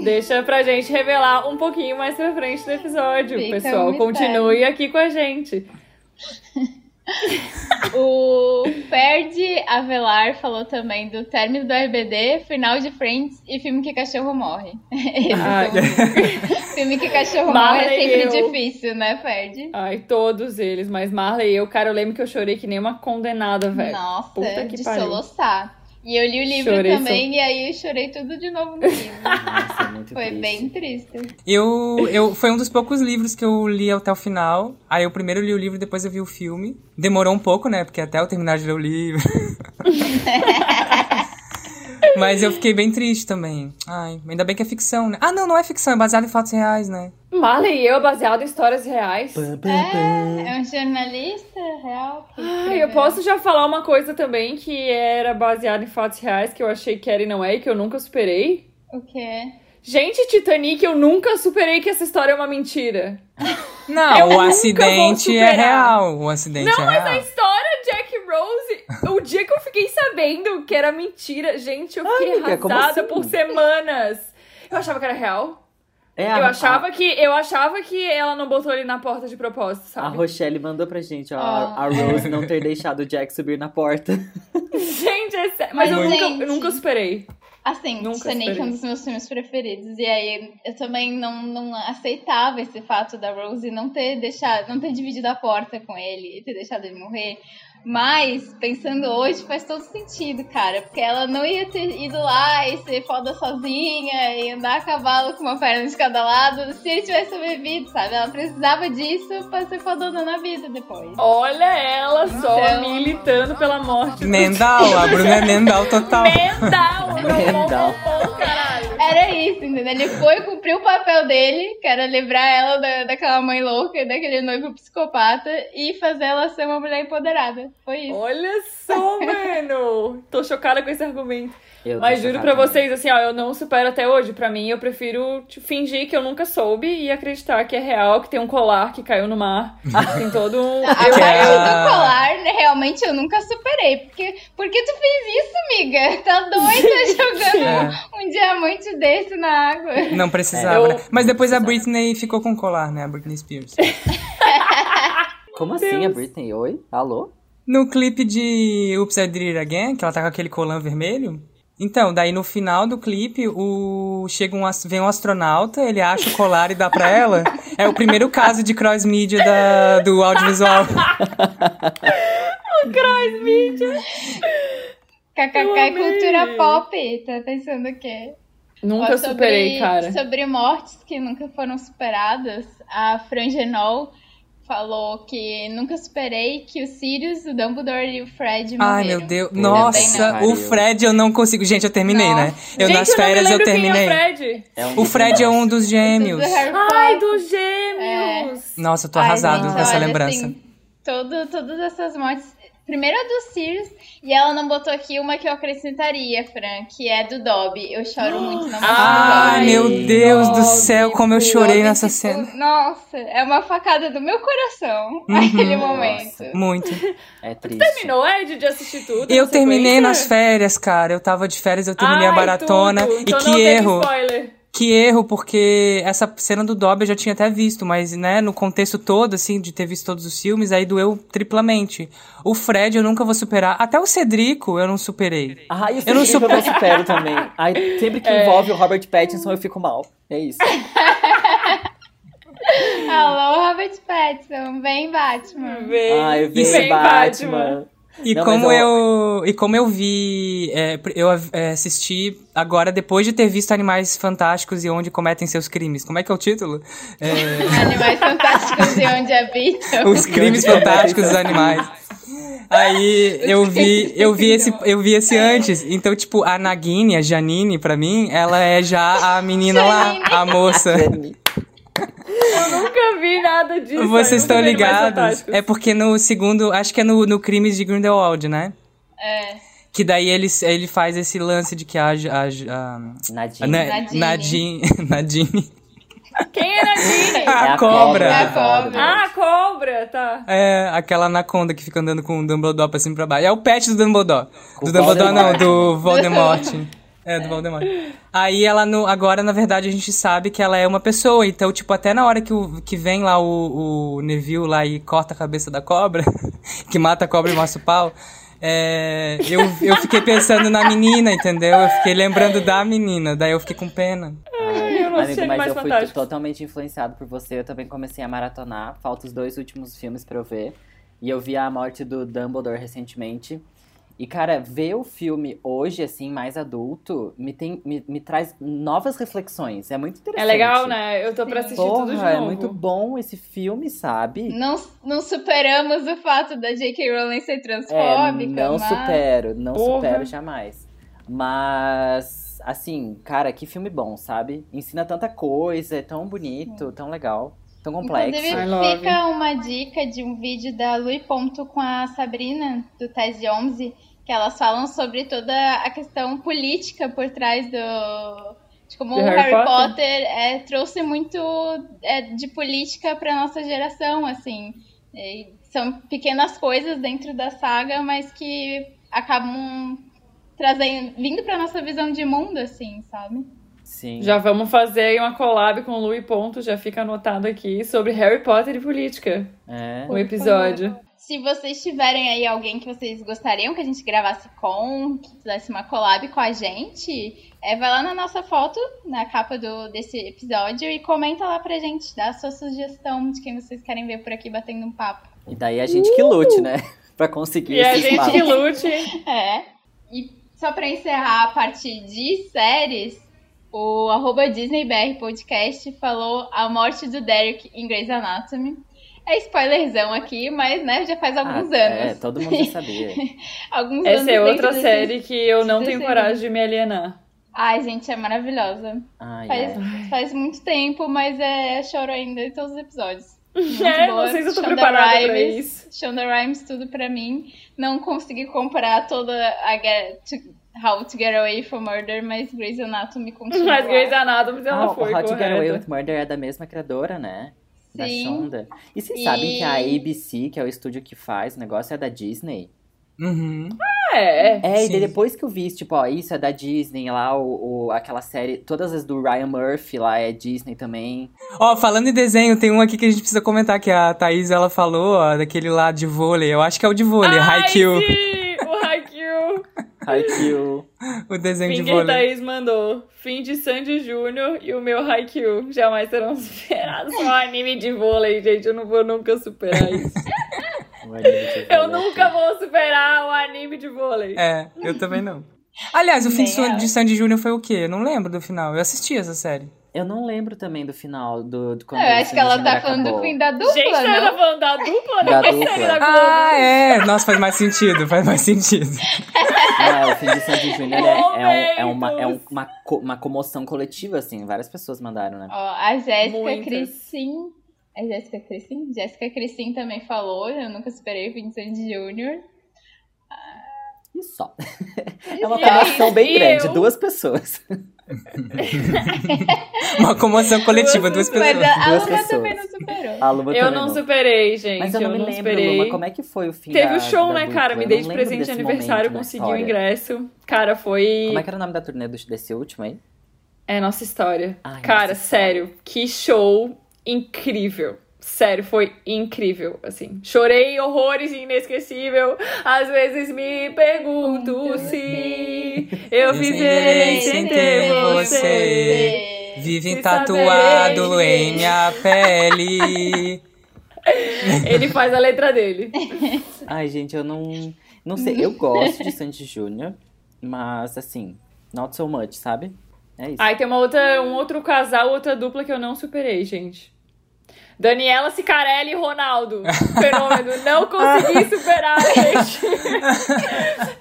C: Deixa pra gente revelar um pouquinho mais pra frente do episódio,
B: Fica um
C: pessoal.
B: mistério.
C: Continue aqui com a gente.
B: O Ferdi Avelar falou também do término do RBD, final de Friends e filme que cachorro morre. Esse
C: Ai.
B: são- filme que cachorro morre é
C: Marley e
B: sempre
C: eu.
B: difícil, né, Ferdi?
C: Ai, todos eles, mas Marley e eu, cara, eu lembro que eu chorei que nem uma condenada, velho.
B: Nossa,
C: puta que
B: de
C: pariu.
B: soluçar. E eu li o livro
C: Chorei
B: também e aí eu chorei tudo de novo no livro.
A: Nossa, é muito
B: Foi
A: triste.
B: bem triste.
D: Eu, eu, foi um dos poucos livros que eu li até o final. Aí eu primeiro li o livro, depois eu vi o filme. Demorou um pouco, né? Porque até eu terminar de ler o livro. Mas eu fiquei bem triste também. Ai, ainda bem que é ficção, né? Ah, não, não é ficção, é baseado em fatos reais, né?
C: Marley e eu é baseado em histórias reais.
B: É um jornalista real. que
C: Ai, eu
B: escreveu.
C: posso já falar uma coisa também que era baseada em fatos reais, que eu achei que era e não é, e que eu nunca superei.
B: O quê?
C: Gente, Titanic, eu nunca superei que essa história é uma mentira. Eu
D: Não,
C: nunca
D: o
C: vou
D: acidente é
C: superar.
D: real. O acidente é real.
C: A história Jack Rose, o dia que eu fiquei sabendo que era mentira, gente, eu fiquei
A: amiga, como
C: arrasada
A: assim?
C: por semanas. Eu achava que era real.
A: É,
C: Eu
A: a-
C: achava que eu achava que ela não botou ele na porta de propósito,
A: A
C: sabe?
A: Rochelle mandou pra gente, ó,
B: Ah.
A: a Rose não ter deixado o Jack subir na porta.
C: Gente, é sério. Mas eu
B: Mas,
C: nunca,
B: gente.
C: eu nunca superei.
B: Assim,
C: Nunca
B: Titanic é um
C: esperei.
B: dos meus filmes preferidos. E aí eu também não, não aceitava esse fato da Rose não ter deixado, não ter dividido a porta com ele e ter deixado ele morrer. Mas, pensando hoje, faz todo sentido, cara. Porque ela não ia ter ido lá e ser foda sozinha e andar a cavalo com uma perna de cada lado se ele tivesse sobrevivido, sabe? Ela precisava disso pra ser fodona na vida depois.
C: Olha ela só
B: Então-
C: militando pela morte.
D: Mendal, a Bruna é Mendal total.
C: Mendal!
A: Mendal.
C: Mendal! caralho!
B: Era isso, entendeu? Ele foi, cumpriu o papel dele, que era livrar ela da, daquela mãe louca, daquele noivo psicopata, e fazer ela ser uma mulher empoderada. Foi isso.
C: Olha só, mano! Tô chocada com esse argumento.
A: Eu
C: Mas
A: tô
C: juro pra
A: chocada.
C: vocês, assim, ó, eu não supero até hoje. Pra mim, eu prefiro tipo, fingir que eu nunca soube e acreditar que é real, que tem um colar que caiu no mar. Tem todo um.
B: A parte
D: Que é a-
B: do colar, né, realmente, eu nunca superei. Porque, por que tu fez isso, amiga? Tá doida jogando
D: É,
B: um, um diamante desse na água?
D: não precisava,
C: Eu-
D: né? Mas depois a Britney ficou com o colar, né? A Britney Spears.
A: Como assim a Britney? Oi? Alô?
D: No clipe de Oops, I Did It Again, que ela tá com aquele colã vermelho. Então, daí no final do clipe, o... Chega um ast- vem um astronauta, ele acha o colar e dá pra ela. É o primeiro caso de cross-mídia da- do audiovisual.
B: KKK
C: Eu
B: é
C: amei.
B: cultura pop. Tá pensando o quê?
C: Nunca
B: Ó, sobre-
C: superei, cara.
B: Sobre mortes que nunca foram superadas, a Frangenol falou que nunca superei que o Sirius, o Dumbledore e o Fred morreram.
D: Ai, meu Deus.
A: Puta
D: Nossa,
A: que
D: o
A: pariu.
D: Fred eu não consigo. Gente, eu terminei, né? Eu
C: Gente,
D: nas
C: eu não me
D: férias eu
C: lembro quem é o
D: terminei.
C: Fred.
A: É um
D: O
A: dos
D: Fred é
A: melhores.
D: um dos
B: Tudo
D: gêmeos.
B: do Harry
C: Ai,
B: Potter.
C: dos gêmeos!
D: Nossa, eu tô
B: Ai,
D: arrasado
B: gente,
D: com essa
B: olha,
D: lembrança.
B: assim, todo, todas essas mortes. Primeiro a do Sirius, e ela não botou aqui uma que eu acrescentaria, Fran, que é do Dobby. Eu choro muito na morte
C: Ah,
B: do
D: Ai,
B: Dobby.
D: meu Deus do
C: Dobby,
D: céu, como eu
B: Dobby,
D: chorei nessa
B: tipo,
D: cena.
B: Nossa, é uma facada do meu coração aquele
D: Uhum.
B: momento.
D: Muito.
A: É triste.
C: Terminou, Ed, de assistir tudo?
D: Eu
C: na
D: terminei
C: sequência?
D: nas férias, cara. Eu tava de férias, eu terminei a
C: Ai,
D: maratona.
C: tudo. Então
D: e
C: não
D: que
C: teve
D: erro.
C: spoiler.
D: Que erro, porque essa cena do Dobby eu já tinha até visto, mas, né, no contexto todo, assim, de ter visto todos os filmes, aí doeu triplamente. O Fred eu nunca vou superar. Até o Cedrico eu não superei.
A: Ai, Ah, eu,
D: Eu não
A: não supero. Eu não supero também. Ai, sempre
C: É.
A: que envolve o Robert Pattinson, eu fico mal. É isso.
B: Alô, Robert Pattinson, vem Batman.
C: Vem,
A: Ai,
D: é
A: vem,
C: vem
A: Batman.
D: E
A: Não,
D: como
A: mas
D: eu... e como eu vi, é, pr- eu é, assisti agora depois de ter visto Animais Fantásticos e Onde Cometem Seus Crimes. Como é que é o título?
A: Hum.
D: É,
B: Animais Fantásticos e Onde Habitam.
D: os crimes fantásticos dos animais. Aí eu vi, eu vi esse, eu vi esse antes. Então, tipo, a Nagini, a Janine, pra mim, ela é já a menina lá, a moça.
C: Nunca vi nada disso. eu nunca
D: Vocês estão
C: vi Animais
D: ligados?
C: Fantásticos.
D: É porque no segundo, acho que é no, no Crimes de Grindelwald, né?
B: É.
D: Que daí ele, ele faz esse lance de que a, a, a,
A: Nadine.
D: Na-
B: Nadine.
D: Nadine. Nadine.
C: Quem era a Dini?
D: A
A: É
D: cobra.
A: do
B: É a cobra.
A: Voldemort.
C: ah, a cobra, tá.
D: É aquela anaconda que fica andando com o Dumbledore pra cima e pra baixo. É o pet do Dumbledore.
A: Com
D: do Dumbledore
A: Voldemort.
D: não, do Voldemort. É, do Voldemort. Aí ela, no, agora, na verdade, a gente sabe que ela é uma pessoa. Então, tipo, até na hora que, o, que vem lá o, o Neville lá e corta a cabeça da cobra, que mata a cobra e mostra o pau, é, eu, eu fiquei pensando na menina, entendeu? Eu fiquei lembrando da menina. Daí eu fiquei com pena.
C: Ai, eu
A: Amigo,
C: não assisti
A: mas
C: Animais
A: eu fui
C: Fantásticos.
A: totalmente influenciado por você. Eu também comecei a maratonar. Faltam os dois últimos filmes pra eu ver. E eu vi a morte do Dumbledore recentemente. E, cara, ver o filme hoje, assim, mais adulto, me, tem, me, me traz novas reflexões. É muito interessante.
C: É legal, né? Eu tô pra assistir tudo de novo.
A: Porra, é muito bom esse filme, sabe?
B: Não, não superamos o fato da J.K. Rowling ser
A: É,
B: transfóbica,
A: não
B: mas...
A: supero, não
C: Porra.
A: supero jamais. Mas, assim, cara, que filme bom, sabe? Ensina tanta coisa, é tão bonito, tão legal, tão complexo.
B: Inclusive,
C: I love.
B: fica uma dica de um vídeo da Lui Ponto com a Sabrina, do Tese 11, que elas falam sobre toda a questão política por trás do. De como
C: Do
B: o
C: Harry
B: Harry
C: Potter?
B: Potter, é, trouxe muito é, de política para nossa geração, assim. E são pequenas coisas dentro da saga, mas que acabam trazendo, vindo para nossa visão de mundo, assim, sabe?
A: Sim.
C: Já vamos fazer aí uma collab com o Lu e Ponto, já fica anotado aqui, sobre Harry Potter e política.
A: É.
C: Um episódio.
B: Se vocês tiverem aí alguém que vocês gostariam que a gente gravasse com, que fizesse uma collab com a gente, é, vai lá na nossa foto, na capa do, desse episódio, e comenta lá pra gente, dá a sua sugestão de quem vocês querem ver por aqui batendo um papo.
A: E daí a gente que lute, né? Pra conseguir
C: E a
A: esses
C: gente que
A: papos.
C: lute.
B: É. E só pra encerrar a parte de séries, o arroba DisneyBR Podcast falou a morte do Derek em Grey's Anatomy. É spoilerzão aqui, mas né, já faz alguns
A: Ah,
B: anos.
A: É, todo mundo já sabia.
B: Alguns anos
C: Essa é
B: dentro
C: outra
B: desse-
C: série que eu não tenho
B: desse-
C: coragem de me alienar.
B: Ai, gente, é maravilhosa.
A: Ai,
B: Faz,
A: é.
B: faz muito tempo, mas é choro ainda em todos os episódios. Muito
C: É,
B: boa.
C: não sei se eu tô
B: Shonda
C: preparada pra
B: Rhimes.
C: isso.
B: Shonda Rhimes, tudo pra mim. Não consegui comprar toda a Get to- How to Get Away from Murder, mas Grey's Anatomy continua.
C: Mas
B: lá.
C: Grey's Anatomy ela
A: Ah,
C: foi
A: o Hot to Get Away
C: correta.
A: with Murder é da mesma criadora, né? Da
B: Sim.
A: Shonda. E vocês
B: E-
A: sabem que a ABC, que é o estúdio que faz o negócio, é da Disney?
D: Uhum.
C: É,
A: É, e daí
D: Sim.
A: depois que eu vi, tipo, ó, isso é da Disney, lá o, o- aquela série, todas as do Ryan Murphy lá é Disney também.
D: Ó, falando em desenho, tem um aqui que a gente precisa comentar, que a Thaís, ela falou, ó, daquele lá de vôlei. Eu acho que é o de vôlei,
C: Ai,
D: Haikyuu.
C: Ah, sim, o Haikyuu.
A: Haikyuu.
D: O desenho de
C: Finger
D: vôlei.
C: Thaís mandou. Fim de Sandy Júnior e o meu Haikyuu. Jamais serão superados. Só anime de vôlei, gente. Eu não vou nunca superar isso.
A: O anime é que né?
C: Eu
A: vale a
C: nunca vou superar o anime de vôlei.
D: É, eu também não. Aliás, o fim de,
B: Nem
D: Sun-
B: ela.
D: de Sandy Júnior foi o quê? Eu não lembro do final. Eu assisti essa série.
A: Eu não lembro também do final do, do
B: Eu
A: quando
C: É,
B: acho que ela tá falando do fim da dupla, né?
C: Gente, tá
B: não?
C: falando da dupla?
A: né? Da
C: Não consegue
A: dupla.
C: da Globo.
D: Ah, é! Nossa, faz mais sentido, faz mais sentido.
A: É, o fim de Sandy Júnior é, é, um- é uma, é
C: Momentos.
A: uma, co- uma comoção coletiva, assim. Várias pessoas mandaram, né?
B: Ó, a Jéssica
C: Muitas.
B: Crissim. A Jéssica Crissim? Jéssica Crissim também falou. Eu nunca superei o Vincent Jr.
A: E só. É uma
C: E aí,
A: comoção bem
C: e
A: grande,
C: eu?
A: duas pessoas.
D: Uma comoção coletiva, duas
C: Duas
D: pessoas.
B: Mas a, a
A: Duas
B: Luna
A: pessoas.
B: também não superou.
A: A Luba
C: Eu
A: também
C: não superei, gente.
A: Mas eu não me lembro,
C: superei.
A: Luba, como é que foi o fim
C: Teve
A: da-
C: o show,
A: da
C: né,
A: dupla?
C: cara? Me
A: Eu
C: dei
A: não
C: de
A: lembro
C: presente de
A: desse momento
C: aniversário,
A: na
C: consegui o
A: história.
C: ingresso. Cara, foi.
A: Como é que era o nome da turnê do- desse último aí?
C: É nossa história.
A: Ai,
C: Cara,
A: nossa
C: sério, que show incrível. Sério, foi incrível, assim. Chorei horrores e inesquecível. Às vezes me pergunto
B: Muito
C: se eu
D: Eu
C: viverei sem ter você.
D: Vive
C: Se
D: tatuado
C: saberem.
D: em minha pele.
C: Ele faz a letra dele.
A: Ai, gente, eu não. Não sei. Eu gosto de Sandy Júnior, mas assim, not so much, sabe? É isso.
C: Aí tem uma outra, um outro casal, outra dupla que eu não superei, gente. Daniela Sicarelli e Ronaldo. Fenômeno. Não consegui superar, gente.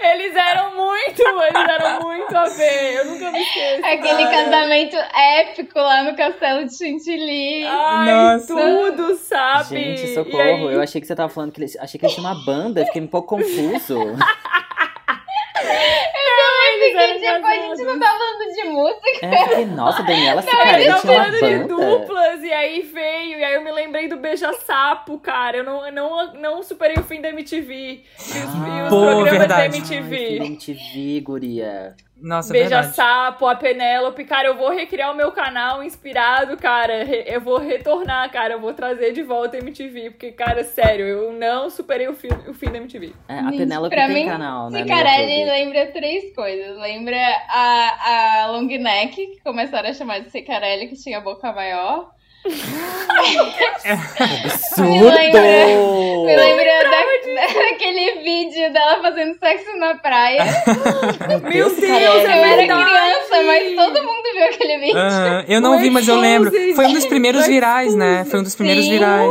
C: Eles eram muito, eles eram muito a ver. Eu nunca me esqueço.
B: É Aquele
C: cara.
B: casamento épico lá no castelo de Chantilly.
C: Ai,
D: Nossa.
C: tudo, sabe?
A: Gente,
C: E aí-
A: socorro. Eu achei que você tava falando que eles. Achei que eles tinham uma banda, eu fiquei um pouco confuso.
B: Porque,
C: eles eram
B: tipo, a gente não tá falando de música.
A: É, eu fiquei, nossa, Daniela
C: Eles
A: Sicarelli
C: estavam
A: tinha uma
C: tá falando de
A: banda.
C: duplas, e aí veio, e aí eu me lembrei do Beija-Sapo, cara. Eu não, eu não, não superei o fim da MTV. E os, e os
D: Pô,
C: programas
D: verdade.
C: da MTV.
A: Ah. Ai, filha MTV, guria.
D: Nossa, é
A: é
C: Beija
D: verdade.
C: Sapo, a Penélope, cara, eu vou recriar o meu canal inspirado, cara. Re- Eu vou retornar, cara. Eu vou trazer de volta a MTV. Porque, cara, sério, eu não superei o, fi o fim da MTV.
A: É, a
B: Gente,
A: Penélope
B: pra
A: tem
B: mim,
A: canal, né? no
B: Cicarelli
A: YouTube.
B: lembra três coisas. Lembra a, a long neck, que começaram a chamar de Cicarelli, que tinha a boca maior.
A: Absurdo! Oh.
B: Me lembra da, daquele vídeo dela fazendo sexo na praia.
C: Meu Deus,
B: Eu
C: é
B: era
C: verdade!
B: criança, mas todo mundo viu aquele vídeo.
A: Ah.
D: Aham, Eu não vi, mas eu lembro. Foi um dos primeiros virais, né? Foi um dos primeiros
B: Sim.
D: virais.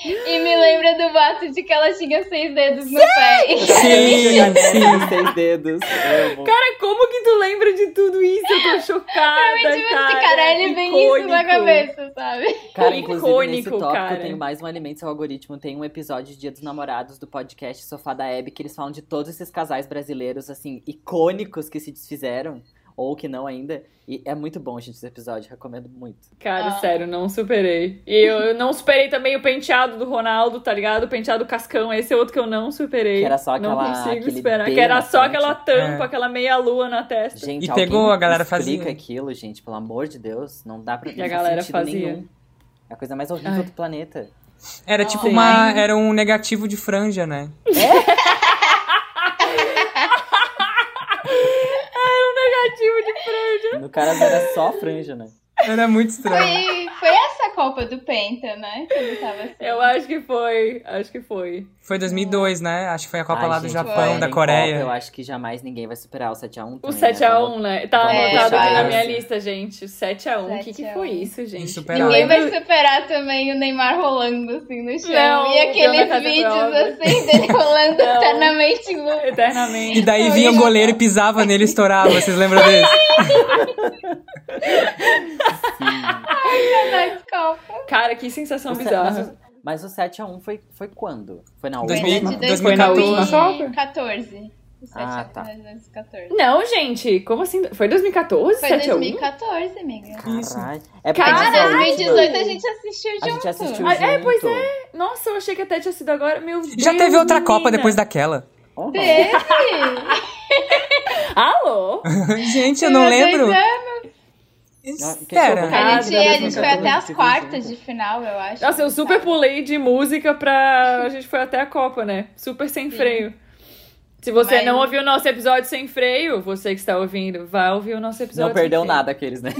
B: E me lembra do boato de que ela tinha seis dedos no pé.
A: é
D: Sim, sim.
A: Seis dedos. Amo.
C: Cara, como que tu lembra de tudo isso? Eu tô chocada,
B: Realmente,
C: cara.
B: o Cicarelli vem isso na
C: Icônico.
B: cabeça, sabe?
A: Cara, inclusive nesse
C: Icônico,
A: tópico
C: cara.
A: eu tenho mais um alimento seu algoritmo. Tem um episódio de Dia dos Namorados do podcast Sofá da Hebe que eles falam de todos esses casais brasileiros, assim, icônicos que se desfizeram. Ou que não ainda. E é muito bom, gente, esse episódio. Recomendo muito.
C: Cara,
B: Ah.
C: sério, não superei. E eu, eu não superei também o penteado do Ronaldo, tá ligado? O penteado cascão, esse é outro que eu não superei.
A: Que era só
C: Não
A: aquela-
C: consigo
A: aquele
C: esperar.
A: B
C: Que era
A: na
C: só
A: frente.
C: aquela tampa,
D: É.
C: aquela meia-lua na testa.
A: Gente,
D: E
A: alguém
D: pegou, a galera
A: explica
D: fazia.
A: aquilo, gente, pelo amor de Deus. Não dá pra
C: E
A: não
C: a
A: faz
C: galera
A: sentido
C: fazia.
A: nenhum. É a coisa mais horrível
C: Ai.
A: do planeta.
D: Era tipo
B: Sim.
D: uma. Era um negativo de franja, né?
C: Negativo de
A: No caso era só a franja, né?
D: Era muito estranho.
B: Foi, foi essa Copa do Penta, né? Quando tava assim.
C: Eu acho que foi, acho que foi.
D: Foi 2002, né? Acho que foi a Copa
A: Ai,
D: lá do
A: gente,
D: Japão,
A: é,
D: da
A: em
D: Coreia.
A: Copa, eu acho que jamais ninguém vai superar o 7x1.
C: O 7x1, né? Tá
A: É,
C: anotado aqui na
A: vai.
C: minha lista, gente. O 7x1. O que, que
B: 7 a 1.
C: foi isso, gente?
D: Insuperável.
B: Ninguém
D: Eu
B: vai superar também o Neymar rolando assim no chão.
C: Não,
B: e aqueles
C: Jonathan
B: vídeos
C: Grover.
B: assim dele rolando
C: Não.
B: eternamente em loop.
D: E
C: Eternamente.
D: daí
B: Eu
D: vinha o
B: ia-
D: goleiro e pisava nele e estourava. Vocês lembram desse?
B: na Copa.
C: Cara, que sensação
A: O se-
C: bizarra.
A: Mas o 7x1 foi, foi quando? Foi na
D: Dois mil-
A: última?
B: Foi de
D: 2014. Foi na
C: última
B: 2014. O 7
A: Ah,
B: a
A: tá.
B: 2014.
C: Não, gente, como assim? Foi 2014?
B: Foi
C: 7x1?
B: 2014, amiga.
A: Caralho. É porque
C: Cara,
A: diz a
B: Cara,
A: última.
B: 2018 a gente assistiu
A: A
B: junto.
A: gente assistiu
C: Ah,
A: junto.
C: é, pois é. Nossa, eu achei que até tinha sido agora. Meu Deus.
D: Já teve outra
C: menina.
D: Copa depois daquela.
A: Uhum.
B: Teve!
C: Alô?
D: Gente, eu não
B: Teve dois
D: lembro.
B: anos.
D: Espera.
A: chocada.
B: A gente,
C: Ah,
B: a gente foi até
A: 2014
B: as
A: que
B: quartas
A: junto.
B: de final, eu acho.
C: Nossa, eu
B: Tá.
C: super pulei de música pra. A gente foi até a Copa, né? Super sem
B: Sim.
C: freio. Se você
B: Mas-
C: não ouviu o nosso episódio sem freio, você que está ouvindo, vai ouvir o nosso episódio.
A: Não perdeu
C: sem freio.
A: nada aqueles, né?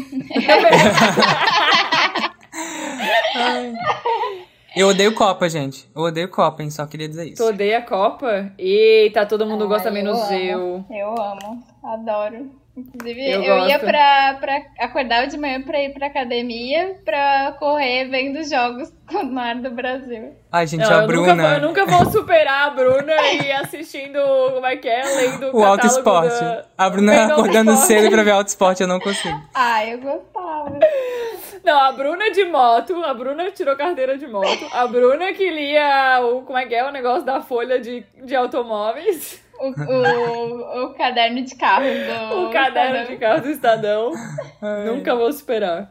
D: Eu odeio Copa, gente. Eu odeio Copa, hein? Só queria dizer
C: Tu
D: isso.
C: odeia a Copa? Eita, todo mundo gosta
B: Ai,
C: menos
B: eu
C: eu.
B: amo. Eu amo, adoro. Inclusive,
C: Eu
B: eu, ia
C: gosto.
B: pra, pra. Acordava de manhã pra ir pra academia pra correr vendo os jogos com o mar do Brasil.
D: Ai, gente, é
C: Não,
D: a
C: eu,
D: Bruna.
C: nunca vou, eu nunca vou superar a Bruna e assistindo, como é que é, lendo o
D: O alto
C: catálogo
D: esporte.
C: da-
D: A
C: Vendo
D: Bruna
C: alto
D: acordando
C: esporte.
D: cedo pra ver alto esporte, eu não consigo.
B: Ah, eu gostava.
C: Não, a Bruna de moto, a Bruna tirou carteira de moto, a Bruna que lia o, como é que é, o negócio da folha de, de automóveis,
B: O, o, o caderno de carro do.
C: o caderno de carro do Estadão.
D: Ai.
C: Nunca vou superar.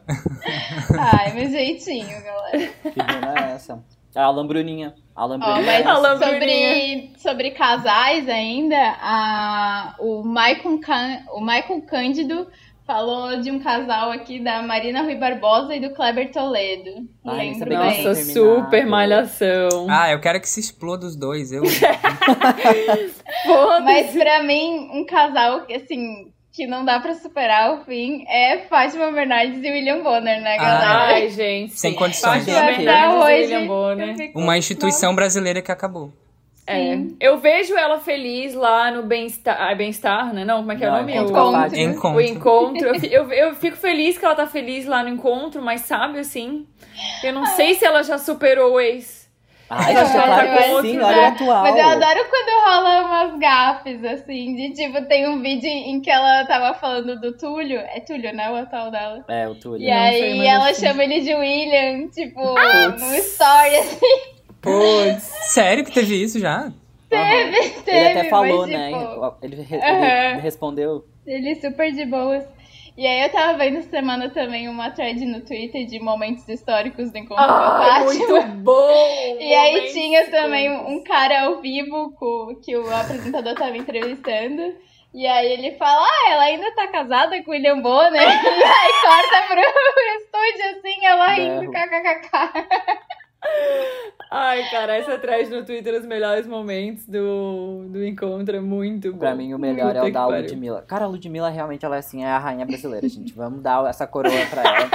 B: Ai, Ah, é meu jeitinho, galera.
A: Que dona é essa? A Lambruninha. A é
B: Ó,
A: Lambruninha.
B: mas
C: A lambrinha.
B: sobre, sobre casais ainda, a, o, Michael Can- o Michael Cândido falou de um casal aqui da Marina Rui Barbosa e do Kleber Toledo.
A: Ai, nem
B: Lembro
A: sabia que
B: bem.
C: Nossa,
A: tinha
C: super
A: terminado.
C: malhação.
A: Um-
D: Ah, eu quero que se exploda os dois. Eu...
C: Foda-se.
B: Mas pra mim, um casal que assim, que não dá pra superar o fim é Fátima Bernardes e William Bonner,
A: Ah,
B: né,
A: é.
B: galera?
C: Ai, gente.
D: Sem
C: sim.
D: condições.
C: Fátima
A: Até
C: Bernardes e
B: hoje,
C: William Bonner.
B: Eu
A: Um
B: fico- assim.
D: Uma instituição brasileira que acabou.
C: É. Eu vejo ela feliz lá no Bem-Estar, ah, Bem-Estar, né? Não, como é que é
A: Não,
C: o nome?
A: Encontro
C: O-
A: com a Fátima.
D: Encontro.
C: O encontro. Eu, fi- eu, eu fico feliz que ela tá feliz lá no encontro, mas sabe assim? Eu
B: Ah,
C: não
B: é.
C: sei se ela já superou o ex.
A: Ai, gente,
C: Eu acho
A: claro
C: que ela
A: que
C: tá
A: é sim,
C: com
A: olha o
B: outro,
A: atual.
B: Mas eu adoro quando rola umas gafes, assim, de tipo, tem um vídeo em que ela tava falando do Túlio. É Túlio, né? O atual dela.
A: É, o Túlio.
B: E
C: Não
B: aí
C: sei, mas
B: ela
C: assim-
B: chama ele de William, tipo, no
A: Putz.
B: story, assim,
C: Putz.
D: Sério que teve isso já?
A: Aham.
B: teve.
A: Ele até falou,
B: mas,
A: né?
B: tipo,
A: Ele, re- ele
B: Aham.
A: respondeu.
B: Ele super de boas. E aí eu tava vendo essa semana também uma thread no Twitter de momentos históricos do Encontro com a
C: Ah,
B: Fátima.
C: muito bom!
B: é E aí
C: Momentos
B: tinha também
C: bons.
B: um cara ao vivo co- que o apresentador tava entrevistando. E aí ele fala, ah, ela ainda tá casada com o William Bonner. E aí corta pro, pro estúdio assim, ela
A: Berro.
B: rindo, kkkk.
C: Ai, cara, essa traz no Twitter os melhores momentos do, do encontro. É muito bom.
A: Pra mim, o melhor
C: Puta
A: é o
C: que
A: da
C: pariu.
A: Ludmilla. Cara, a Ludmilla realmente ela é assim, é a rainha brasileira, gente. Vamos dar essa coroa pra ela.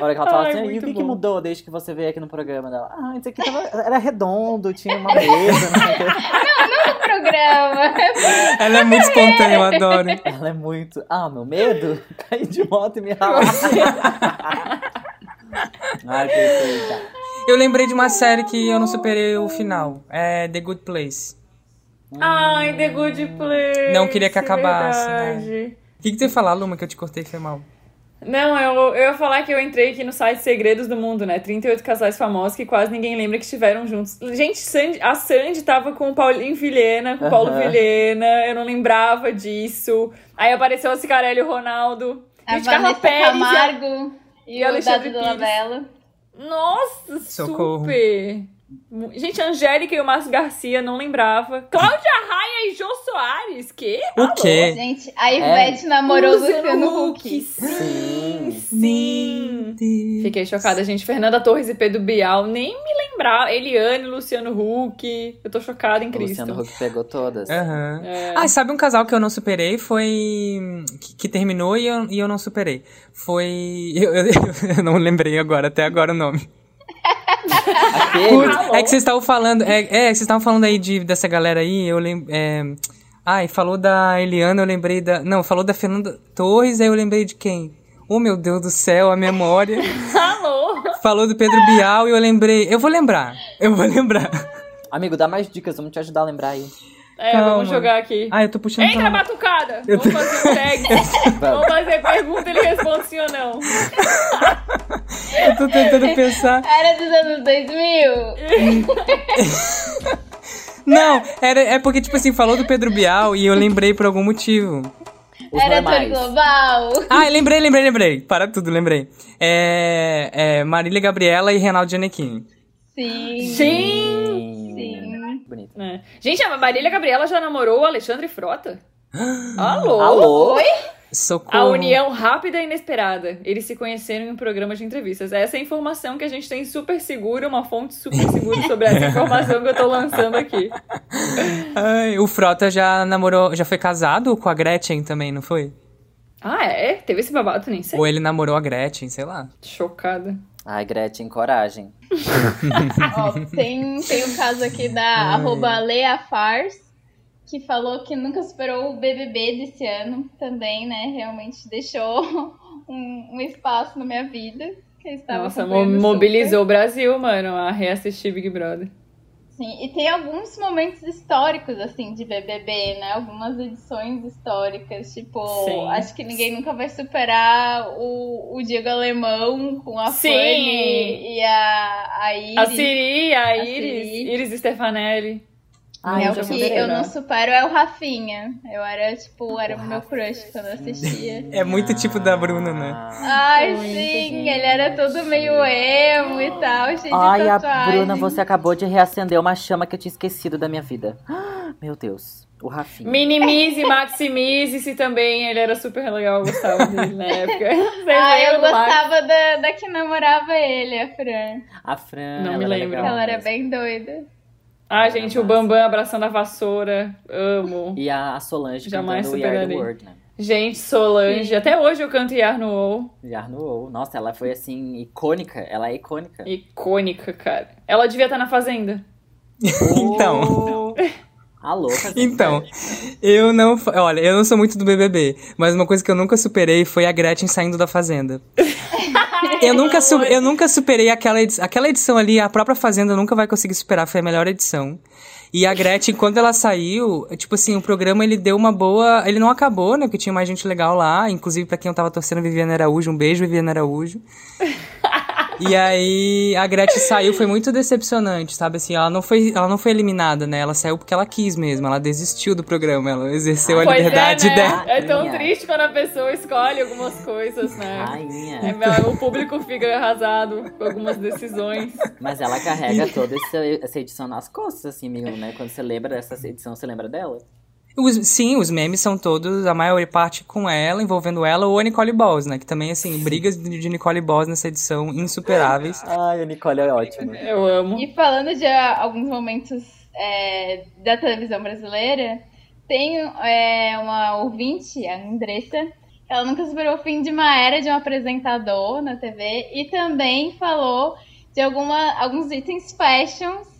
A: A hora que ela fala
C: Ai,
A: assim, e o
C: muito
A: que, que
C: bom.
A: mudou desde que você veio aqui no programa dela? Ah, isso aqui tava, era redondo, tinha uma mesa, não sei o quê.
B: No programa.
D: Ela é muito espontânea, eu adoro.
A: Ela é muito. Ah, meu medo? Cair de moto e me ralar. Ai, perfeita.
D: Eu lembrei de uma série que eu não superei o final. É The Good Place.
C: Ai, The Good Place. é
D: Não queria que acabasse, né?
C: verdade.
D: O que, que tu ia falar, Luma, que eu te cortei, foi mal?
C: Não, eu, eu ia falar que eu entrei aqui no site Segredos do Mundo, né? 38 casais famosos que quase ninguém lembra que estiveram juntos. Gente, Sandy- a Sandy tava com o Paulinho Vilhena, com o Paulo
A: Aham.
C: Vilhena, eu não lembrava disso. Aí apareceu a Cicarelli e o Ronaldo.
B: A
C: Gente, Carla
B: Vanessa
C: Pérez.
B: Camargo e,
C: e
B: o
C: Alexandre
B: Dado
C: Pires.
B: Dolabella.
C: Nossa,
D: Socorro.
C: super! Gente, a Angélica e o Márcio Garcia, não lembrava. Cláudia Raia e Jô Soares, que?
D: O
C: né?
D: quê?
B: Gente, a Ivete namorou o Luciano
C: Huck.
B: Huck.
C: Sim,
D: Meu
C: sim.
D: Deus.
C: Fiquei chocada, gente. Fernanda Torres e Pedro Bial, nem me lembrava. Eliane, Luciano Huck. Eu tô chocada em
A: O
C: Cristo.
A: Luciano Huck pegou todas.
D: Aham.
C: É.
D: Ah, sabe um casal que eu não superei? Foi. que, que terminou e eu, e eu não superei. Foi. Eu, eu- eu não lembrei agora, até agora o nome.
A: Aquele,
D: Putz, é que vocês estavam falando. É, é, vocês estavam falando aí de, dessa galera aí, eu lembro. ai, falou da Eliana, eu lembrei da. Não, falou da Fernanda Torres, aí eu lembrei de quem? Oh meu Deus do céu, a memória.
C: Alô?
D: falou do Pedro Bial e eu lembrei. Eu vou lembrar. Eu vou lembrar.
A: amigo, dá mais dicas, vamos te ajudar a lembrar aí.
C: É,
D: Calma.
C: vamos jogar aqui.
D: Ah, eu tô puxando.
C: Entra,
D: pra-
C: batucada!
D: Eu
C: Vamos fazer um tag. Vamos
A: Vamos.
C: fazer pergunta, ele responde sim ou não.
D: eu tô tentando pensar.
B: Era dos anos 2000.
D: Não, era, é porque, tipo assim, falou do Pedro Bial e eu lembrei por algum motivo.
A: Os
B: era
A: normais.
B: Tour Global.
D: Ah, lembrei, lembrei, lembrei. Para tudo, lembrei. É, é Marília Gabriela e Reinaldo Giannettini.
B: Sim.
C: Sim!
A: Sim. Bonito.
C: É. Gente, a Marília Gabriela já namorou o Alexandre Frota? Alô?
A: Alô?
B: Oi?
D: Socorro.
C: A união rápida e inesperada. Eles se conheceram em um programa de entrevistas. Essa é a informação que a gente tem super segura, uma fonte super segura sobre essa informação que eu tô lançando aqui.
D: Ai, o Frota já namorou, já foi casado com a Gretchen também, não foi?
C: Ah, é? Teve esse babado? Nem sei.
D: Ou ele namorou a Gretchen, sei lá.
C: Chocada.
A: Ai, Gretchen, coragem.
B: Ó, tem, tem o caso aqui da arroba Lea Fars, que falou que nunca superou o BBB desse ano também, né? Realmente deixou um, um espaço na minha vida. Que eu estava
C: Nossa, mo-
B: acompanhando super.
C: mobilizou o Brasil, mano, a reassistir Big Brother.
B: Sim, e tem alguns momentos históricos, assim, de BBB, né? Algumas edições históricas, tipo,
C: Sim.
B: acho que ninguém nunca vai superar o, o Diego Alemão com a
C: Sim.
B: Fanny e a, a
C: A
B: Iris.
C: Siri, a
B: A
C: Iris,
B: Siri.
C: Iris Stefanelli.
A: Ah,
B: é
C: eu
B: o
C: já
B: que
C: superei,
B: eu
C: né?
B: não supero é o Rafinha. Eu era, tipo, era o meu crush quando eu assistia.
D: É muito tipo da Bruna, né?
B: Ai,
C: Muito,
B: sim,
C: gente.
B: ele era todo meio emo e tal, cheio de
A: Ai, a
B: tatuagem.
A: Bruna, você acabou de reacender uma chama que eu tinha esquecido da minha vida. Ah, Meu Deus, o Rafinha.
C: Minimize, maximize-se também. Ele era super legal, eu gostava dele na época. Você
B: Ah, eu
C: lembra do Max?
B: gostava da, da que namorava ele, a Fran.
A: A Fran,
C: Não
A: ela
C: me
A: era
C: lembro.
A: legal
B: Ela era
A: mesmo.
B: bem doida.
C: Ah, gente, o Bambam abraçando a vassoura. Amo.
A: E a a Solange
C: Jamais
A: cantando We Are The
C: superarei.
A: World, né?
C: Gente, Solange.
B: Sim.
C: Até hoje eu canto Yar no O.
A: Já no ou. Nossa, ela foi assim, icônica. Ela é icônica.
C: Icônica, cara. Ela devia estar na Fazenda.
D: Então.
A: Oh. Alô, Casimiro.
D: Então, eu não. fa- Olha, eu não sou muito do BBB, mas uma coisa que eu nunca superei foi a Gretchen saindo da Fazenda. Eu nunca, su- eu nunca superei aquela edição. Aquela edição ali, a própria Fazenda nunca vai conseguir superar, foi a melhor edição. E a Gretchen, quando ela saiu, tipo assim, o programa ele deu uma boa. Ele não acabou, né? Porque tinha mais gente legal lá. Inclusive, pra quem eu tava torcendo, Viviana Araújo. Um beijo, Viviana Araújo. E aí a Gretchen saiu, foi muito decepcionante, sabe? Assim, ela não foi, ela não foi eliminada, né? Ela saiu porque ela quis mesmo, ela desistiu do programa, ela exerceu a
C: pois
D: liberdade
C: é, né?
D: dela.
C: É tão
A: Minha.
C: triste quando a pessoa escolhe algumas coisas,
A: Ah,
C: né?
A: Rainha.
C: É, mas o público fica arrasado com algumas decisões.
A: Mas ela carrega toda essa, essa edição nas costas, assim, mesmo, né? Quando você lembra dessa edição, você lembra dela?
D: Os- sim, os memes são todos, a maior parte com ela, envolvendo ela ou a Nicole Balls, né? Que também, assim, brigas de de Nicole Balls nessa edição insuperáveis.
A: Ai, a Nicole é ótima.
C: Eu amo.
B: E falando de ah, alguns momentos é, da televisão brasileira, tem é, uma ouvinte, a Andressa, ela nunca superou o fim de uma era de um apresentador na TV e também falou de alguma, alguns itens fashions.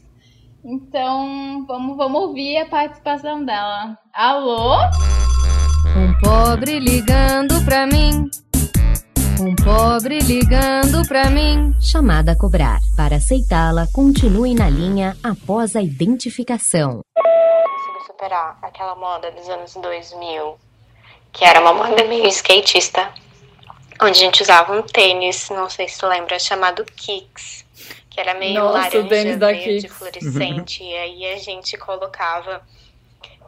B: Então, vamos, vamos ouvir a participação dela. Alô?
F: Um pobre ligando pra mim. Um pobre ligando pra mim.
G: Chamada a cobrar. Para aceitá-la, continue na linha após a identificação.
H: consigo superar aquela moda dos anos 2000, que era uma moda meio skatista, onde a gente usava um tênis, não sei se tu lembra, chamado Kicks, que era meio
C: Nossa, o
H: laranja,
C: tênis
H: verde,
C: da Kicks. Uhum.
H: fluorescente, e aí a gente colocava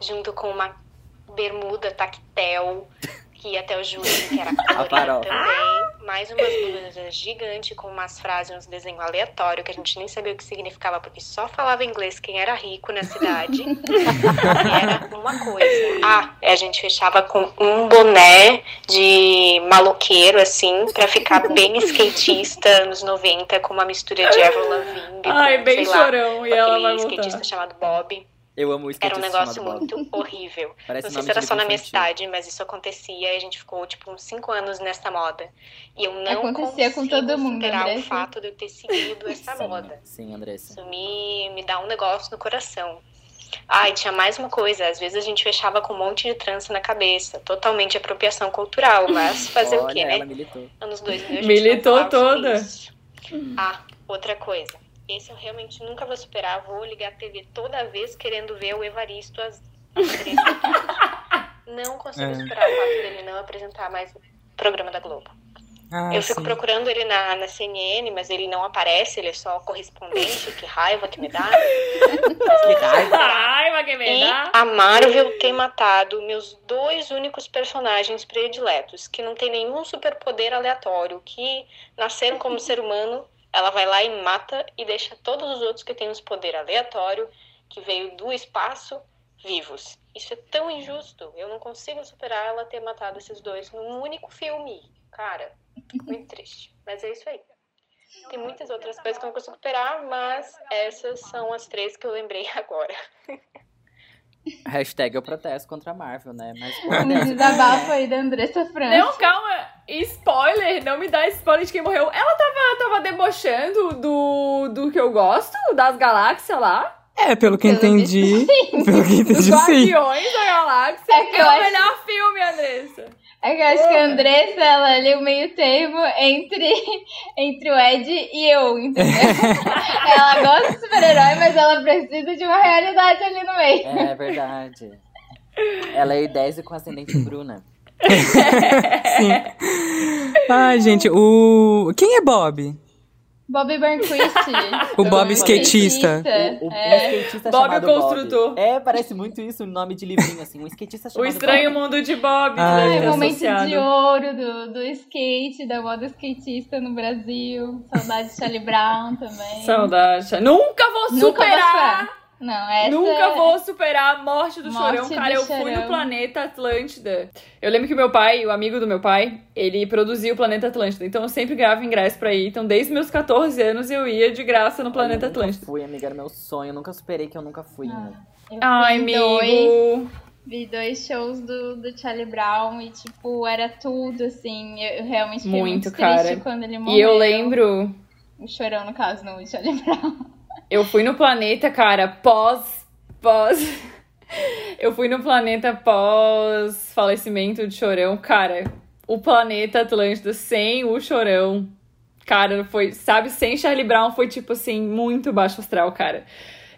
H: junto com uma bermuda tactel, que ia até o joelho, que era
A: farofa.
H: colorida também, mais umas blusas gigantes com umas frases, uns desenhos aleatórios que a gente nem sabia o que significava, porque só falava inglês quem era rico na cidade. era uma coisa. Ah, a gente fechava com um boné de maloqueiro, assim, pra ficar bem skatista anos 90, com uma mistura de Avril Lavigne. com,
C: Ai, bem
H: sei lá,
C: chorão. E ela
H: aquele
C: vai
H: skatista
C: voltar.
H: chamado Bob.
A: Eu amo o skatista
H: Era um negócio
A: chamado Bob.
H: muito horrível.
A: Parece
H: não sei
A: nome
H: se era
A: de
H: só na
A: livro
H: minha
A: infantil.
H: cidade, mas isso acontecia e a gente ficou, tipo, uns 5 anos nessa moda. E eu não
B: Acontecia com
H: consigo
B: todo mundo,
H: superar
B: Andressa.
H: o fato de eu ter seguido essa tá, moda.
A: Sim, Andressa.
H: Isso me, me dá um negócio no coração. Ai, tinha mais uma coisa. Às vezes a gente fechava com um monte de trança na cabeça. Totalmente apropriação cultural, mas fazer o
A: Olha,
H: quê, né?
A: ela militou.
H: anos 2000. a gente
C: Militou
H: não falava sobre
C: toda.
H: isso. Ah, outra coisa. Esse eu realmente nunca vou superar. Vou ligar a TV toda vez querendo ver o Evaristo às três da tarde. Não consigo
D: É.
H: superar o fato dele não apresentar mais o programa da Globo.
D: Ah,
H: eu fico
D: sim.
H: procurando ele na, na CNN, mas ele não aparece, ele é só correspondente. que raiva que me dá.
A: Que raiva.
C: Ai, mas que
H: E
C: merda.
H: a Marvel tem matado meus dois únicos personagens prediletos, que não tem nenhum superpoder aleatório, que nasceram como ser humano, ela vai lá e mata e deixa todos os outros que têm uns poder aleatório, que veio do espaço, vivos. Isso é tão injusto. Eu não consigo superar ela ter matado esses dois num único filme. Cara, muito triste. Mas é isso aí. Tem muitas outras coisas que eu não consigo superar, mas essas são as três que eu lembrei agora.
A: Hashtag eu protesto contra a Marvel, né? Mas pô,
B: Um
A: Andressa,
B: desabafo aí da Andressa França.
C: Não, calma. Spoiler, não me dá spoiler de quem morreu. Ela tava, tava debochando do, do que eu gosto, das galáxias lá.
D: É, pelo que
B: Pelo que-
D: entendi. Pelo que
C: Dos
D: entendi, sim.
C: guardiões da galáxia.
B: É que
C: É,
B: eu
C: o
B: acho-
C: melhor filme, Andressa.
B: É que eu acho que a Andressa, ela ali o meio termo entre, entre o Ed e eu, entendeu? ela gosta de super-herói, mas ela precisa de uma realidade ali no meio.
A: É verdade. Ela é 10 e com ascendente Bruna.
D: Ai, gente, o. Quem é Bob?
B: Bob Burnquist.
D: O Bob skatista.
A: O, o
B: É.
A: skatista
C: Bob
A: chamado
C: o construtor.
A: Bob. É, parece muito isso, um nome de livrinho, assim. Um skatista
C: O
A: chamado
C: Estranho
A: Bob.
C: Mundo de Bob. que
D: Ai,
C: deve
B: Ai,
C: ter
D: tá
B: momento
C: é associado.
B: de ouro do, do skate, da moda skatista no Brasil. Saudade de Charlie Brown também.
C: Saudade. Nunca vou
B: Nunca vou
C: superar.
B: superar. Não, essa... é
C: Nunca vou superar a morte do
B: Morte
C: Chorão,
B: do
C: cara. eu fui no
B: Chorão.
C: Planeta Atlântida. Eu lembro que meu pai, o amigo do meu pai, ele produzia o Planeta Atlântida. Então eu sempre ganhava ingresso pra ir. Então desde meus 14 anos eu ia de graça
A: Olha,
C: no
A: eu
C: Planeta
A: nunca
C: Atlântida.
A: Fui, amiga, era meu sonho. Eu nunca superei que eu nunca fui.
H: Ah.
A: né?
B: Eu
C: Ai,
B: vi dois-
C: amigo.
B: Vi dois shows do, do Charlie Brown e, tipo, era tudo, assim. Eu, eu realmente fiquei muito,
C: Muito,
B: triste
C: cara.
B: quando ele morreu.
C: E eu lembro,
B: O chorão, no caso, não, o Charlie Brown.
C: eu fui no Planeta, cara, pós. Pós. Eu fui no Planeta pós falecimento de Chorão, cara. O Planeta Atlântida sem o Chorão. Cara, foi, sabe, sem Charlie Brown foi tipo assim, muito baixo astral, cara.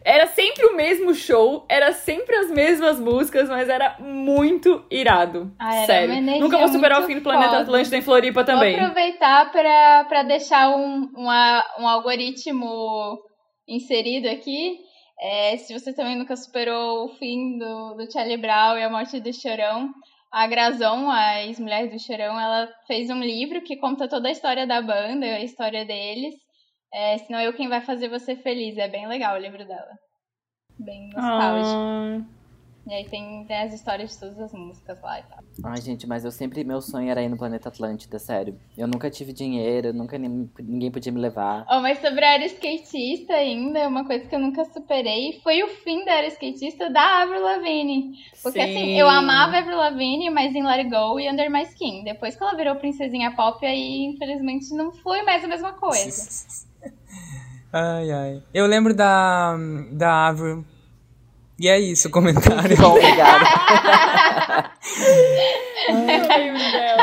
C: Era sempre o mesmo show, era sempre as mesmas músicas, mas era muito irado.
B: Ah, era
C: sério.
B: uma energia
C: Nunca vou superar o
B: muito
C: fim do Planeta
B: foda.
C: Atlântida em Floripa também.
B: Vou aproveitar pra, pra deixar um, uma, um algoritmo inserido aqui. É, se você também nunca superou o fim do, do Charlie Brown e a morte do Chorão, a Grazon, a ex-mulher do Chorão, ela fez um livro que conta toda a história da banda, a história deles. É, senão eu quem vai fazer você feliz. É bem legal o livro dela. Bem nostálgico.
C: Ah.
B: E aí tem, tem as histórias de todas as músicas lá e tal.
A: Ai, gente, mas eu sempre. Meu sonho era ir no Planeta Atlântida, sério. Eu nunca tive dinheiro, nunca nem- ninguém podia me levar.
B: Oh, mas sobre a era skatista ainda, é uma coisa que eu nunca superei foi o fim da era skatista da Avril Lavigne. Porque assim, eu
C: Sim.
B: amava a Avril Lavigne, mas em Let It Go e Under My Skin. Depois que ela virou princesinha pop, aí infelizmente não foi mais a mesma coisa.
D: Ai, ai. Eu lembro da. da Avril. E é isso o comentário.
A: Bom, obrigada.
B: Tá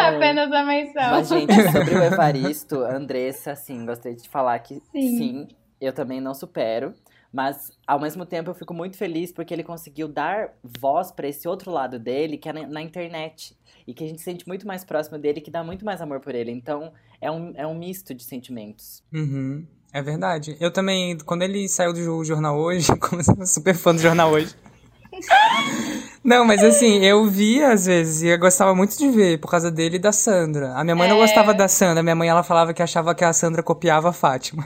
B: Apenas a
D: É.
B: menção.
A: Mas, gente, sobre o Evaristo, Andressa, assim, gostaria de falar que sim.
B: Sim.
A: eu também não supero. Mas, ao mesmo tempo, eu fico muito feliz porque ele conseguiu dar voz pra esse outro lado dele, que é na, na internet. E que a gente se sente muito mais próximo dele, que dá muito mais amor por ele. Então, é um, é um misto de sentimentos.
D: Uhum, é verdade. Eu também, quando ele saiu do jo- jornal hoje, como eu sou super fã do jornal hoje, Não, mas assim, eu via às vezes e eu gostava muito de ver por causa dele e da Sandra. A minha mãe não
B: É.
D: gostava da Sandra, minha mãe ela falava que achava que a Sandra copiava a Fátima.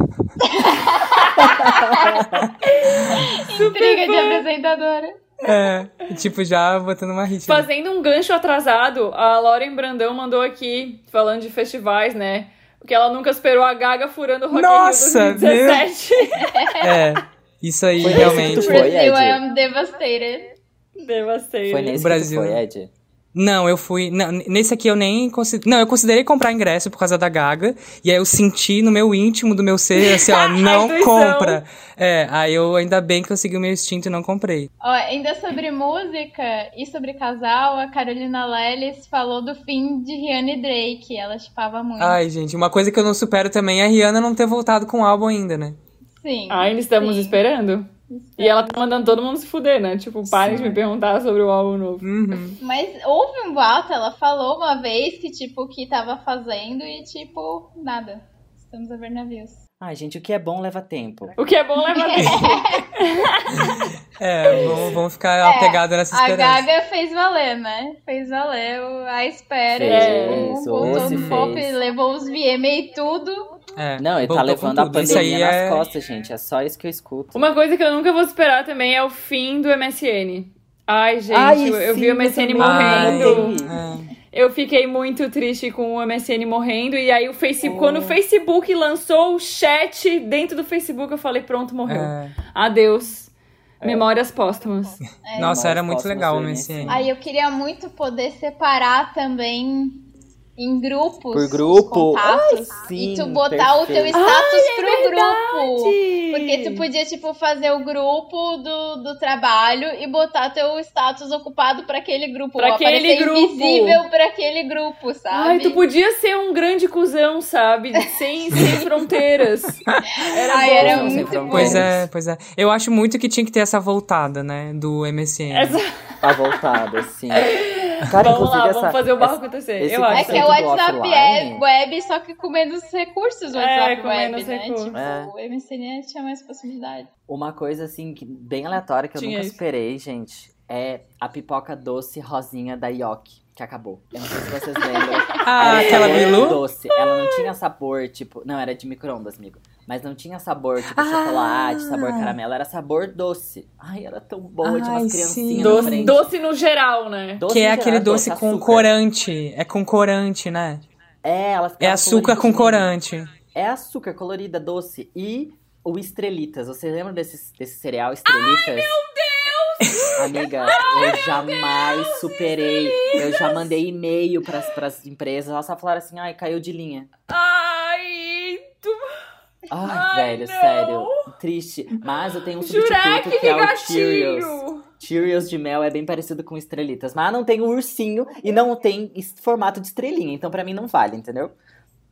B: Intriga de apresentadora.
D: É, tipo já botando uma hit.
B: Tipo,
D: né?
C: Fazendo um gancho atrasado, a Lauren Brandão mandou aqui, falando de festivais, né? Que ela nunca esperou a Gaga furando o Rock in Rio
D: Nossa,
C: 2017.
D: É. Isso aí
A: Foi
D: realmente.
A: isso que tu foi,
B: Brasil,
A: Ed?
B: I am devastated.
C: Devastei.
A: Foi nesse
D: Brasil,
A: que tu
D: né?
A: foi, Ed?
D: Não, eu fui. não, nesse aqui eu nem considerei. Não, eu considerei comprar ingresso por causa da Gaga. E aí eu senti no meu íntimo do meu ser, assim, ó, não
C: intuição.
D: compra. É, aí eu ainda bem que eu segui o meu instinto e não comprei.
B: Ó, ainda sobre música e sobre casal, a Carolina Lelis falou do fim de Rihanna e Drake. Ela chipava muito.
D: Ai, gente, uma coisa que eu não supero também é a Rihanna não ter voltado com o álbum ainda, né?
B: Sim.
C: Ainda estamos
B: sim.
C: esperando. E ela tá mandando todo mundo se fuder, né? Tipo, parem de me perguntar sobre o álbum novo.
D: Uhum.
B: Mas houve um boato, ela falou uma vez que, tipo, que tava fazendo e, tipo, nada. Estamos a ver navios.
A: Ai, gente, o que é bom leva tempo.
C: O que é bom leva tempo.
D: É, vamos, vamos ficar apegados nessa
B: A
D: esperança.
B: Gaga fez valer, né? Fez valer o- a espera.
A: Fez,
B: tipo,
A: isso,
B: o
A: se
B: Todo Pop
A: fez.
B: levou os VMA e tudo.
D: É,
A: Não, ele tá
D: voltou com
A: levando a
D: tudo.
A: pandemia
D: Isso aí
A: nas
D: é...
A: costas, gente. É só isso que eu escuto.
C: Uma coisa que eu nunca vou superar também é o fim do MSN. Ai, gente,
A: Ai,
C: eu, eu
A: sim,
C: vi o
A: eu
C: MSN
A: também.
C: morrendo.
D: é, Ai,
C: Eu fiquei muito triste com o MSN morrendo. E aí o Facebook. Quando
A: Oh.
C: o Facebook lançou o chat dentro do Facebook, eu falei, pronto,
D: é,
C: morreu.
D: é.
C: Adeus.
A: É.
C: Memórias póstumas.
D: Nossa, era
A: Nós
D: muito
A: próximos
D: legal né, o
A: do
D: MSN.
A: MSN.
B: Aí eu queria muito poder separar também em grupos.
A: Por grupo.
B: os Contatos,
A: Ai, sim,
B: e tu botar o teu
A: perfeito.
B: status pro grupo. Tipo, Porque tu podia, tipo, fazer o grupo do, do trabalho e botar teu status ocupado pra aquele grupo.
C: Pra
B: ou
C: aquele
B: aparecer
C: grupo.
B: invisível pra aquele grupo, sabe?
C: Ai, tu podia ser um grande cuzão, sabe? Sem, sem fronteiras. Era
B: Ai,
C: bom.
B: era
A: Sem
B: muito bom.
A: fronteiras.
D: Pois é, pois é. Eu acho muito que tinha que ter essa voltada, né, do MSN.
C: Essa-
A: Tá voltada, sim. Cara,
C: vamos lá,
A: inclusive,
C: vamos
A: essa-
C: fazer o barro
A: essa-
C: acontecer.
A: esse
C: eu
B: É
C: acho.
B: que é o
A: conceito do
B: WhatsApp
A: offline.
B: é web, só que com menos recursos o
C: É,
B: WhatsApp
C: com
B: web,
C: menos
B: né?
C: recursos.
B: Tipo,
A: É.
B: o MSN tinha mais possibilidade.
A: Uma coisa, assim, que- bem aleatória que eu
C: Tinha
A: nunca
C: isso.
A: esperei, gente, é a pipoca doce rosinha da Yoki, que acabou. Eu não sei se vocês lembram.
D: Ah,
A: Era
D: aquela
A: sabor
D: Bilu?
A: É, doce. Ela não tinha sabor, tipo. Não, era de micro-ondas, amigo. Mas não tinha sabor, tipo,
D: Ah!
A: chocolate, sabor caramelo. Era sabor doce. Ai, era tão boa de
D: Ai,
A: umas
D: sim.
A: criancinhas na
C: Doce,
A: frente.
C: doce no geral, né?
A: Doce
D: Que
A: em
D: é
A: geral,
D: aquele doce com
A: açúcar.
D: corante. É com corante, né?
A: É, ela
D: É
A: ficava
D: açúcar com
A: coloridinha.
D: corante.
A: É açúcar colorida, doce. E o Estrelitas. Você lembra desse, desse cereal Estrelitas? Ai, meu Deus! Amiga, eu jamais superei. Eu já mandei e-mail pras, pras empresas. Elas só falaram assim, ai, caiu de linha.
C: Ai, tu...
A: Ai,
C: Ai,
A: velho,
C: não.
A: sério. Triste. Mas eu tenho um substituto
C: Jurek, que,
A: que é o Cheerios.
C: gatilho!
A: Cheerios de mel é bem parecido com Estrelitas. Mas não tem o ursinho e não tem es- formato de estrelinha. Então pra mim não vale, entendeu?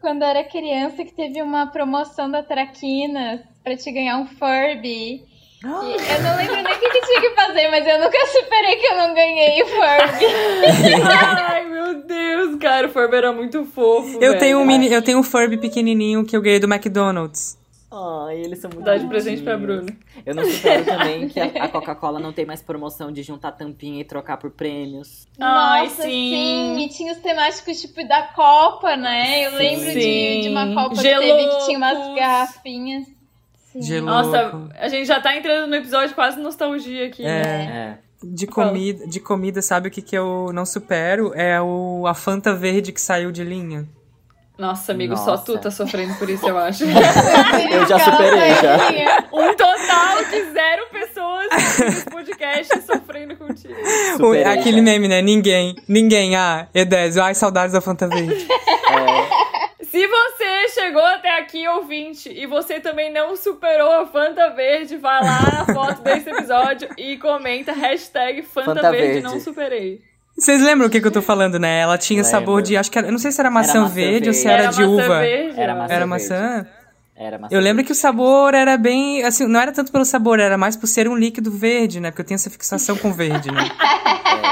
B: Quando eu era criança, que teve uma promoção da Traquinas pra te ganhar um Furby. E eu não lembro nem o que, que tinha que fazer, mas eu nunca superei que eu não ganhei o Furby.
C: Ai, meu Deus, cara, o Forber era muito fofo.
D: Eu tenho um
C: velho.
D: mini, eu tenho um Furby pequenininho que eu ganhei do McDonald's.
A: Ai, eles são muito
C: Dá de presente pra
A: bonitinhos.
C: Bruno.
A: Eu não supero também que a, a Coca-Cola não tem mais promoção de juntar tampinha e trocar por prêmios.
C: Ai,
B: Nossa,
C: sim.
B: E tinha os temáticos, tipo, da Copa, né? Eu
A: Sim.
B: lembro de, de uma
C: Sim.
B: Copa que teve que tinha
C: Geloucos.
B: umas garrafinhas. Sim.
D: Gelo.
C: Nossa, a gente já tá entrando no episódio quase nostalgia aqui. né?
D: É,
A: É.
D: de comida, de comida, sabe o que, que eu não supero? É o a Fanta verde que saiu de linha.
C: Nossa, amigo, só
A: Nossa.
C: tu tá sofrendo por isso, eu acho.
A: Eu já superei, já.
C: um total de zero pessoas ouvindo esse podcast sofrendo contigo.
D: O-
A: Superei,
D: aquele
A: já.
D: meme, né? Ninguém, ninguém. Ah, E10. Ai, saudades da Fanta verde.
A: É.
C: Se você chegou até aqui, ouvinte, e você também não superou a Fanta Verde, vai lá na foto desse episódio e comenta hashtag Fanta,
A: Fanta
C: Verde,
A: Verde.
C: não superei.
D: Vocês lembram o que, que eu tô falando, né? Ela tinha
A: Lembro.
D: sabor de. Acho que era, eu não sei se era maçã,
A: Era maçã
D: verde, ou se
A: verde.
D: era,
A: Era
D: de uva.
C: Verde,
A: Era
C: eu acho.
A: Maçã
D: Era maçã?
A: Era maçã
D: Eu lembro
A: verde.
D: que o sabor era bem. Assim, não era tanto pelo sabor, era mais por ser um líquido verde, né? Porque eu tenho essa fixação com verde, né?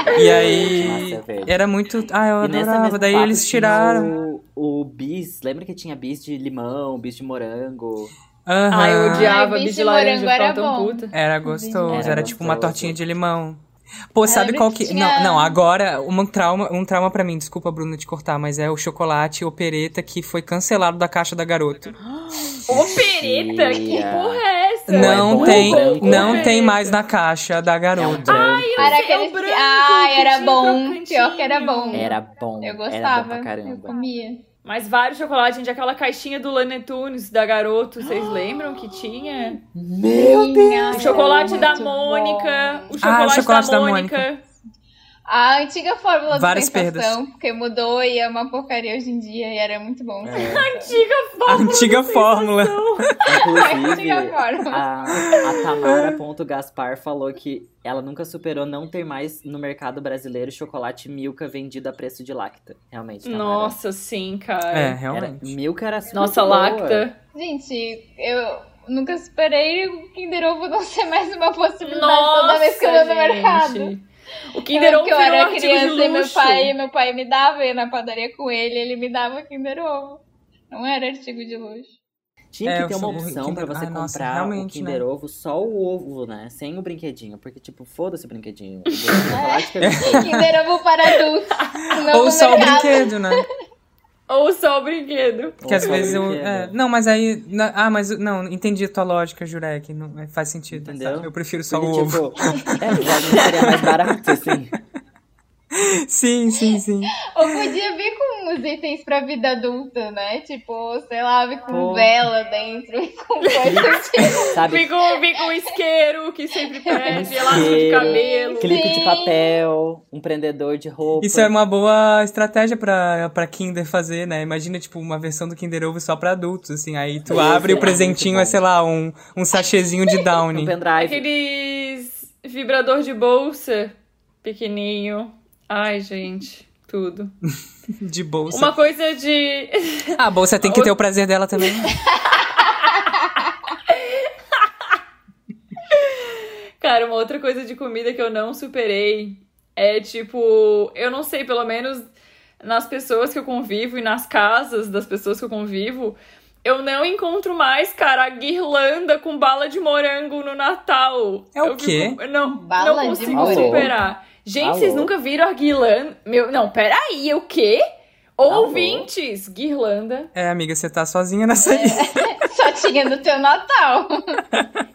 A: É,
D: E aí.
A: Maçã verde.
D: Era muito. Ah, eu
A: E nessa
D: adorava.
A: mesma
D: Daí
A: pata
D: eles
A: tinha
D: tiraram.
A: O, o bis, lembra que tinha bis de limão, bis de morango?
D: Aham.
C: Ai, eu odiava
B: Ai,
C: bicho
B: bicho
C: de laranja,
B: morango era
C: ficava tão
B: bom.
C: puta.
D: Era gostoso, era,
A: Era
D: tipo uma
A: gostoso.
D: tortinha de limão. Pô,
B: Eu
D: sabe
B: lembro
D: qual
B: que
D: que.
B: tinha-
D: Não, não, agora, um trauma, um trauma para mim, desculpa, Bruna, te cortar, mas é o chocolate opereta que foi cancelado da caixa da garoto.
C: Opereta? Que
A: Mentira.
C: porra é essa?
A: Não é
D: Não
A: bom,
D: tem,
A: branco,
D: não
A: né?
D: tem mais na caixa da
A: um
D: garoto.
A: Branco.
B: Era
C: sei, é o
B: aqueles que...
C: branco
B: Ai,
C: que
B: era
C: tinha
B: bom.
C: crocantinho.
B: Pior que era bom.
A: Era bom.
B: Eu
A: Era bom
B: gostava.
A: pra
B: eu
A: caramba.
B: comia.
C: Mas vários chocolates, gente. Aquela caixinha do Lane Tunes da Garoto, vocês lembram que tinha?
A: Meu
B: Tinha,
C: O
B: era
C: chocolate da
B: muito bom.
C: Mônica. O chocolate,
D: Ah, o chocolate
C: da,
D: da
C: Mônica.
B: A antiga fórmula
D: Várias
B: do sensação,
D: perdas.
B: porque mudou e é uma porcaria hoje em dia e era muito bom.
D: É.
C: Antiga
D: A
C: foto.
D: antiga fórmula.
B: A
A: É, Inclusive,
B: antiga fórmula.
A: a, a Tamara.gaspar falou que ela nunca superou não ter mais no mercado brasileiro chocolate Milka vendido a preço de lacta. Realmente, Tamara.
C: Nossa, sim, cara.
D: Tá, É,
A: Era,
D: realmente.
A: Milka era super
C: Nossa,
A: boa.
C: lacta.
B: Gente, eu nunca superei o Kinder Ovo não ser mais uma possibilidade toda
C: Nossa,
B: vez que eu vou no
C: gente.
B: mercado.
C: O Kinder
B: Eu lembro
C: Ovo
B: que eu
C: virou um
B: era
C: artigo de
B: criança e meu
C: luxo.
B: pai, meu pai me dava, eu ia na padaria com ele, ele me dava Kinder Ovo. Não era artigo de luxo.
A: Tinha
D: É,
A: que ter
D: eu
A: uma
D: sou-
A: opção pra
D: Kinder-
A: você
D: Ah,
A: comprar
D: nossa,
A: o
D: realmente,
A: Kinder
D: né?
A: Ovo, só o ovo, né? Sem o brinquedinho. Porque, tipo, foda-se o brinquedinho. O chocolate que é brinquedinho.
B: Kinder Ovo para adultos. Não
D: Ou
B: no
D: só o
B: mercado.
D: brinquedo, né?
C: Ou só o brinquedo.
D: Que às
A: Ou
D: vezes eu.
A: brinquedo.
D: é, não, mas aí. na- ah, mas. eu- Não, entendi a tua lógica, Jurek. Não, é, faz sentido.
A: Entendeu?
D: sabe? Eu prefiro só
A: Porque,
D: o ovo.
A: tipo, é, já não seria mais barato, assim.
D: Sim, sim, sim.
B: Ou podia vir com os itens pra vida adulta, né? Tipo, sei lá, vir com
C: Oh.
A: Pô.
B: vela dentro e com
C: É
B: coisas tipo.
A: Sabe?
C: Vem com, vem com o um, isqueiro que sempre pede, elástico de
A: Isqueiro.
C: cabelo.
A: Clipe de
B: Sim.
A: papel, um prendedor de roupa. um
D: Isso é uma boa estratégia pra, pra Kinder fazer, né? Imagina, tipo, uma versão do Kinder Ovo só pra adultos, assim. Aí tu
A: Isso,
D: abre
A: é
D: o presentinho,
A: muito
D: é,
A: bom.
D: sei lá, um, um sachêzinho de
A: um
D: Downy.
A: pendrive.
C: Aqueles vibrador de bolsa pequenininho. Ai, gente, tudo.
D: De bolsa.
C: Uma coisa de
D: Ah, a bolsa tem que ter o prazer dela também.
C: Cara, uma outra coisa de comida que eu não superei é tipo, eu não sei, pelo menos nas pessoas que eu convivo e nas casas das pessoas que eu convivo, eu não encontro mais, cara, a guirlanda com bala de morango no Natal.
D: É o
C: Eu
D: quê?
C: fico- eu não,
B: Bala
C: não
B: de
C: consigo
A: morango?
C: superar. Gente, vocês
A: Alô?
C: nunca viram a guirlanda? Meu, não, peraí, é o quê?
A: Alô?
C: Ouvintes, guirlanda.
D: É, amiga, você tá sozinha nessa
B: É.
D: lista.
B: Só tinha no teu Natal.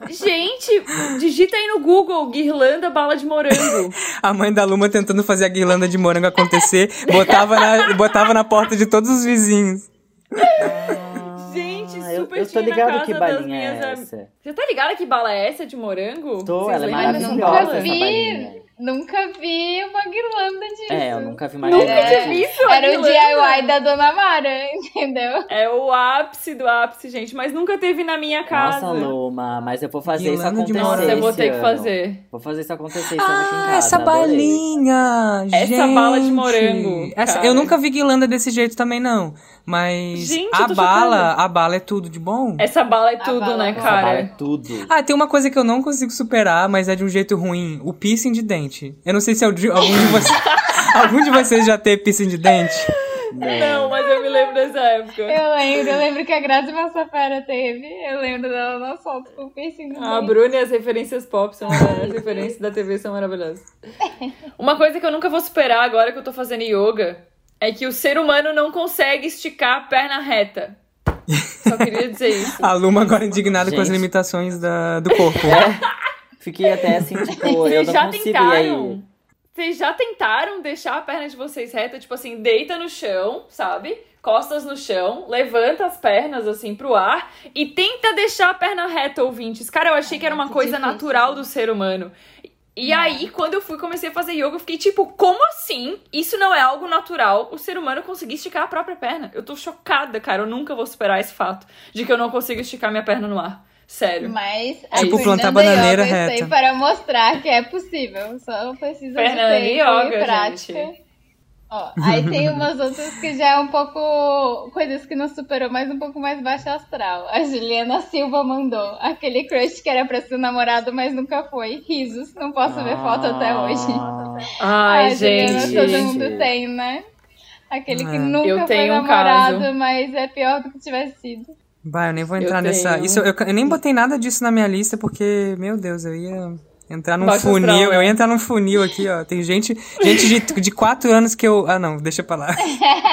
C: Gente, digita aí no Google guirlanda bala de morango.
D: A mãe da Luma tentando fazer a guirlanda de morango acontecer, botava na, botava na porta de todos os vizinhos.
C: Gente,
A: Ah, eu-
C: super
A: eu, tô
C: tinha na
A: ligado
C: casa
A: que
C: das
A: balinha é
C: minhas am-
A: essa.
C: Você tá ligada que bala é essa de morango?
A: Tô,
C: Vocês
A: ela é
C: lembram dessa
A: maravilhosa
C: bala?
A: essa
B: vi.
A: balinha.
B: Nunca vi uma guirlanda disso.
A: É, eu nunca vi mais
C: Nunca
A: nada
C: tinha
A: disso.
C: visto a
B: Era o
C: guirlanda.
B: DIY da Dona Mara, entendeu?
C: É o ápice do ápice, gente. Mas nunca teve na minha casa.
A: Nossa, Luma, mas eu vou fazer
D: Guirlanda
A: isso
D: de
A: acontecer.
C: Nossa, eu vou
A: esse
C: ter que
A: ano.
C: fazer.
A: Vou fazer isso acontecer
C: é
A: esse ano aqui em
D: Ah,
A: casa.
D: essa
A: adorei.
D: balinha!
C: Essa
D: gente.
C: bala de morango,
D: Essa-
C: cara.
D: eu nunca vi guirlanda desse jeito também, não. Mas
C: Gente, eu
D: a
C: tô
D: bala,
C: chocada.
D: a bala é tudo de bom.
C: Essa bala é
B: A
C: tudo,
B: bala
C: né,
B: é
A: Essa bala é
C: cara?
A: tudo.
D: Ah, tem uma coisa que eu não consigo superar, mas é de um jeito ruim. O piercing de dente. Eu não sei se é o de- algum de vocês. algum de vocês já teve piercing de dente?
A: é né?
C: Não, mas eu me lembro dessa época.
B: Eu lembro, eu lembro que a Grazi Massafera teve. Eu lembro dela na foto com o piercing no
C: A
B: dente.
C: Bruna e as referências pop são maravilhosas, as referências da TV são maravilhosas. Uma coisa que eu nunca vou superar agora que eu tô fazendo yoga é que o ser humano não consegue esticar a perna reta. Só queria dizer isso.
D: A Luma agora indignada com as
A: Gente.
D: limitações da- do corpo.
C: É.
A: Fiquei até assim, tipo, eu
C: Vocês
A: não
C: já
A: consigo e aí.
C: tentaram? Vocês já tentaram deixar a perna de vocês reta, tipo assim, deita no chão, sabe? Costas no chão, levanta as pernas assim pro ar e tenta deixar a perna reta, ouvintes. Cara, eu achei que era uma
B: muito
C: coisa
B: difícil.
C: natural do ser humano. E aí, quando eu fui comecei a fazer yoga, eu fiquei tipo, como assim? Isso não é algo natural, o ser humano conseguir esticar a própria perna. Eu tô chocada, cara. Eu nunca vou superar esse fato de que eu não consigo esticar minha perna no ar. Sério.
B: Mas assim, a
C: Tipo,
D: plantar
B: Fernanda
D: bananeira
B: Yoga está aí
D: reta.
B: para mostrar que é possível. Só precisa
C: Fernanda
B: de tempo
C: Yoga,
B: e prática.
C: gente.
B: Ó, aí tem umas outras que já é um pouco. coisas que não superou, mas um pouco mais baixa astral. A Juliana Silva mandou aquele crush que era pra ser namorado, mas nunca foi. Risos, não posso ver foto até
C: Ah,
A: Ah,
B: hoje.
C: Ai,
B: A Juliana,
C: gente.
B: todo mundo tem, né? Aquele que
D: É.
B: nunca
C: Eu
B: foi
C: tenho um
B: namorado,
C: caso.
B: mas é pior do que tivesse sido.
D: Vai, eu nem vou
C: Eu
D: entrar nessa.
C: tenho.
D: Isso, eu, eu nem botei nada disso na minha lista, porque, meu Deus, eu ia. Entrar num
C: Baixo
D: funil.
C: astral, né?
D: Eu ia entrar num funil aqui, ó. Tem gente, gente de, de quatro anos que eu. Ah, não, deixa pra lá.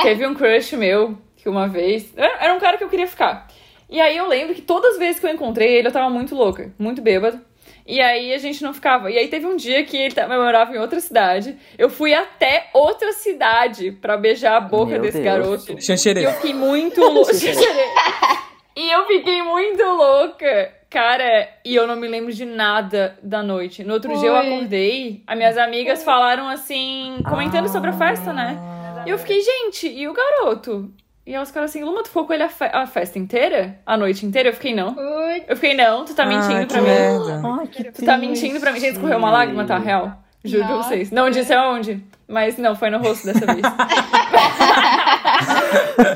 C: Teve um crush meu que uma vez. Era era um cara que eu queria ficar. E aí eu lembro que todas as vezes que eu encontrei ele, eu tava muito louca, muito bêbada. E aí a gente não ficava. E aí teve um dia que ele ta- eu morava em outra cidade. Eu fui até outra cidade pra beijar a boca
A: Meu
C: desse
A: Deus.
C: garoto. E
D: Xanxerê.
C: eu fiquei muito louca. e eu fiquei muito louca. Cara, e eu não me lembro de nada da noite. No outro dia eu
B: Ui.
C: acordei, as minhas amigas falaram assim, comentando sobre a festa, né? E eu
D: Ah.
C: fiquei, gente, e o garoto? E aí os caras assim, Luma, tu ficou com ele a, fe- a festa inteira? A noite inteira? Eu fiquei, não.
B: Putz,
C: Eu fiquei, não, tu tá mentindo
D: ah,
C: pra
D: que
C: mim.
D: merda.
A: Ai, que
C: Tu tá mentindo pra mim. Gente, escorreu uma lágrima, tá? Real. Juro pra
B: Nossa.
C: vocês. Não disse aonde, mas não, foi no rosto dessa vez.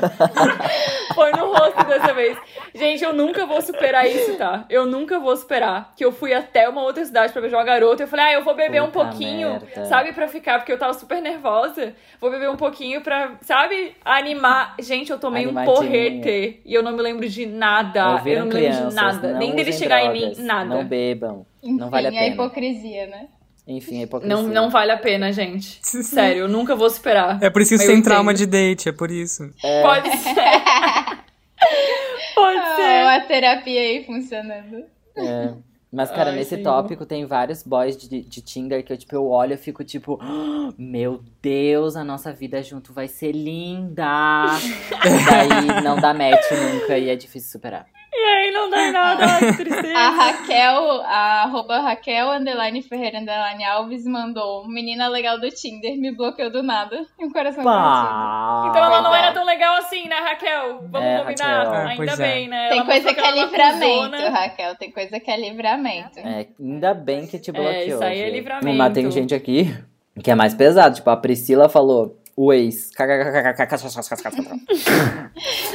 C: foi no rosto dessa vez. Gente, eu nunca vou superar isso, tá? Eu nunca vou superar que eu fui até uma outra cidade pra beijar uma garota. Eu falei, ah, eu vou beber um
A: Puta
C: pouquinho,
A: merda.
C: sabe, pra ficar, porque eu tava super nervosa. Vou beber um pouquinho pra, sabe, animar. Gente, eu tomei um
A: Animadinha.
C: porrete e eu não me lembro de nada. Eu
A: Ouviram
C: não me lembro
A: crianças,
C: de nada.
A: não
C: Nem dele
A: usem
C: chegar em
A: drogas,
C: mim, nada.
A: Não bebam.
B: enfim, é
A: Não vale a pena.
B: hipocrisia, né?
A: Enfim, é hipocrisia.
C: Não, não vale a pena, gente. Sério, eu nunca vou superar.
D: É por isso que
C: Mas
D: você
C: eu
D: tem trauma
C: entendo.
D: de date, é por isso.
C: Pode ser. Pode
B: Ah,
C: ser.
B: uma terapia aí funcionando.
A: É. Mas, cara,
C: Ai,
A: nesse
C: senhor.
A: tópico tem vários boys de, de Tinder que eu, tipo, eu olho e fico tipo, "Ah, meu Deus, a nossa vida junto vai ser linda. e daí não dá match nunca e é difícil superar.
C: E aí não dá em nada, ai, que
B: A
C: tristeza.
B: Raquel, a arroba Raquel underline Ferreira underline Alves mandou menina legal do Tinder, me bloqueou do nada e um coração partido.
A: Pá.
C: Então ela não era tão legal assim, né, Raquel? Vamos
A: É,
C: combinar?
A: Raquel.
D: Ah,
C: Ainda
D: pois é.
C: bem, né?
B: Tem
C: Ela
B: coisa
C: mostrou
B: que é
C: ela uma
B: livramento,
C: cuzona.
B: Raquel, tem coisa que é livramento.
A: É, ainda bem que te bloqueou.
C: isso aí é
A: gente.
C: livramento.
A: Mas tem gente aqui que é mais pesado. Tipo, a Priscila falou o ex.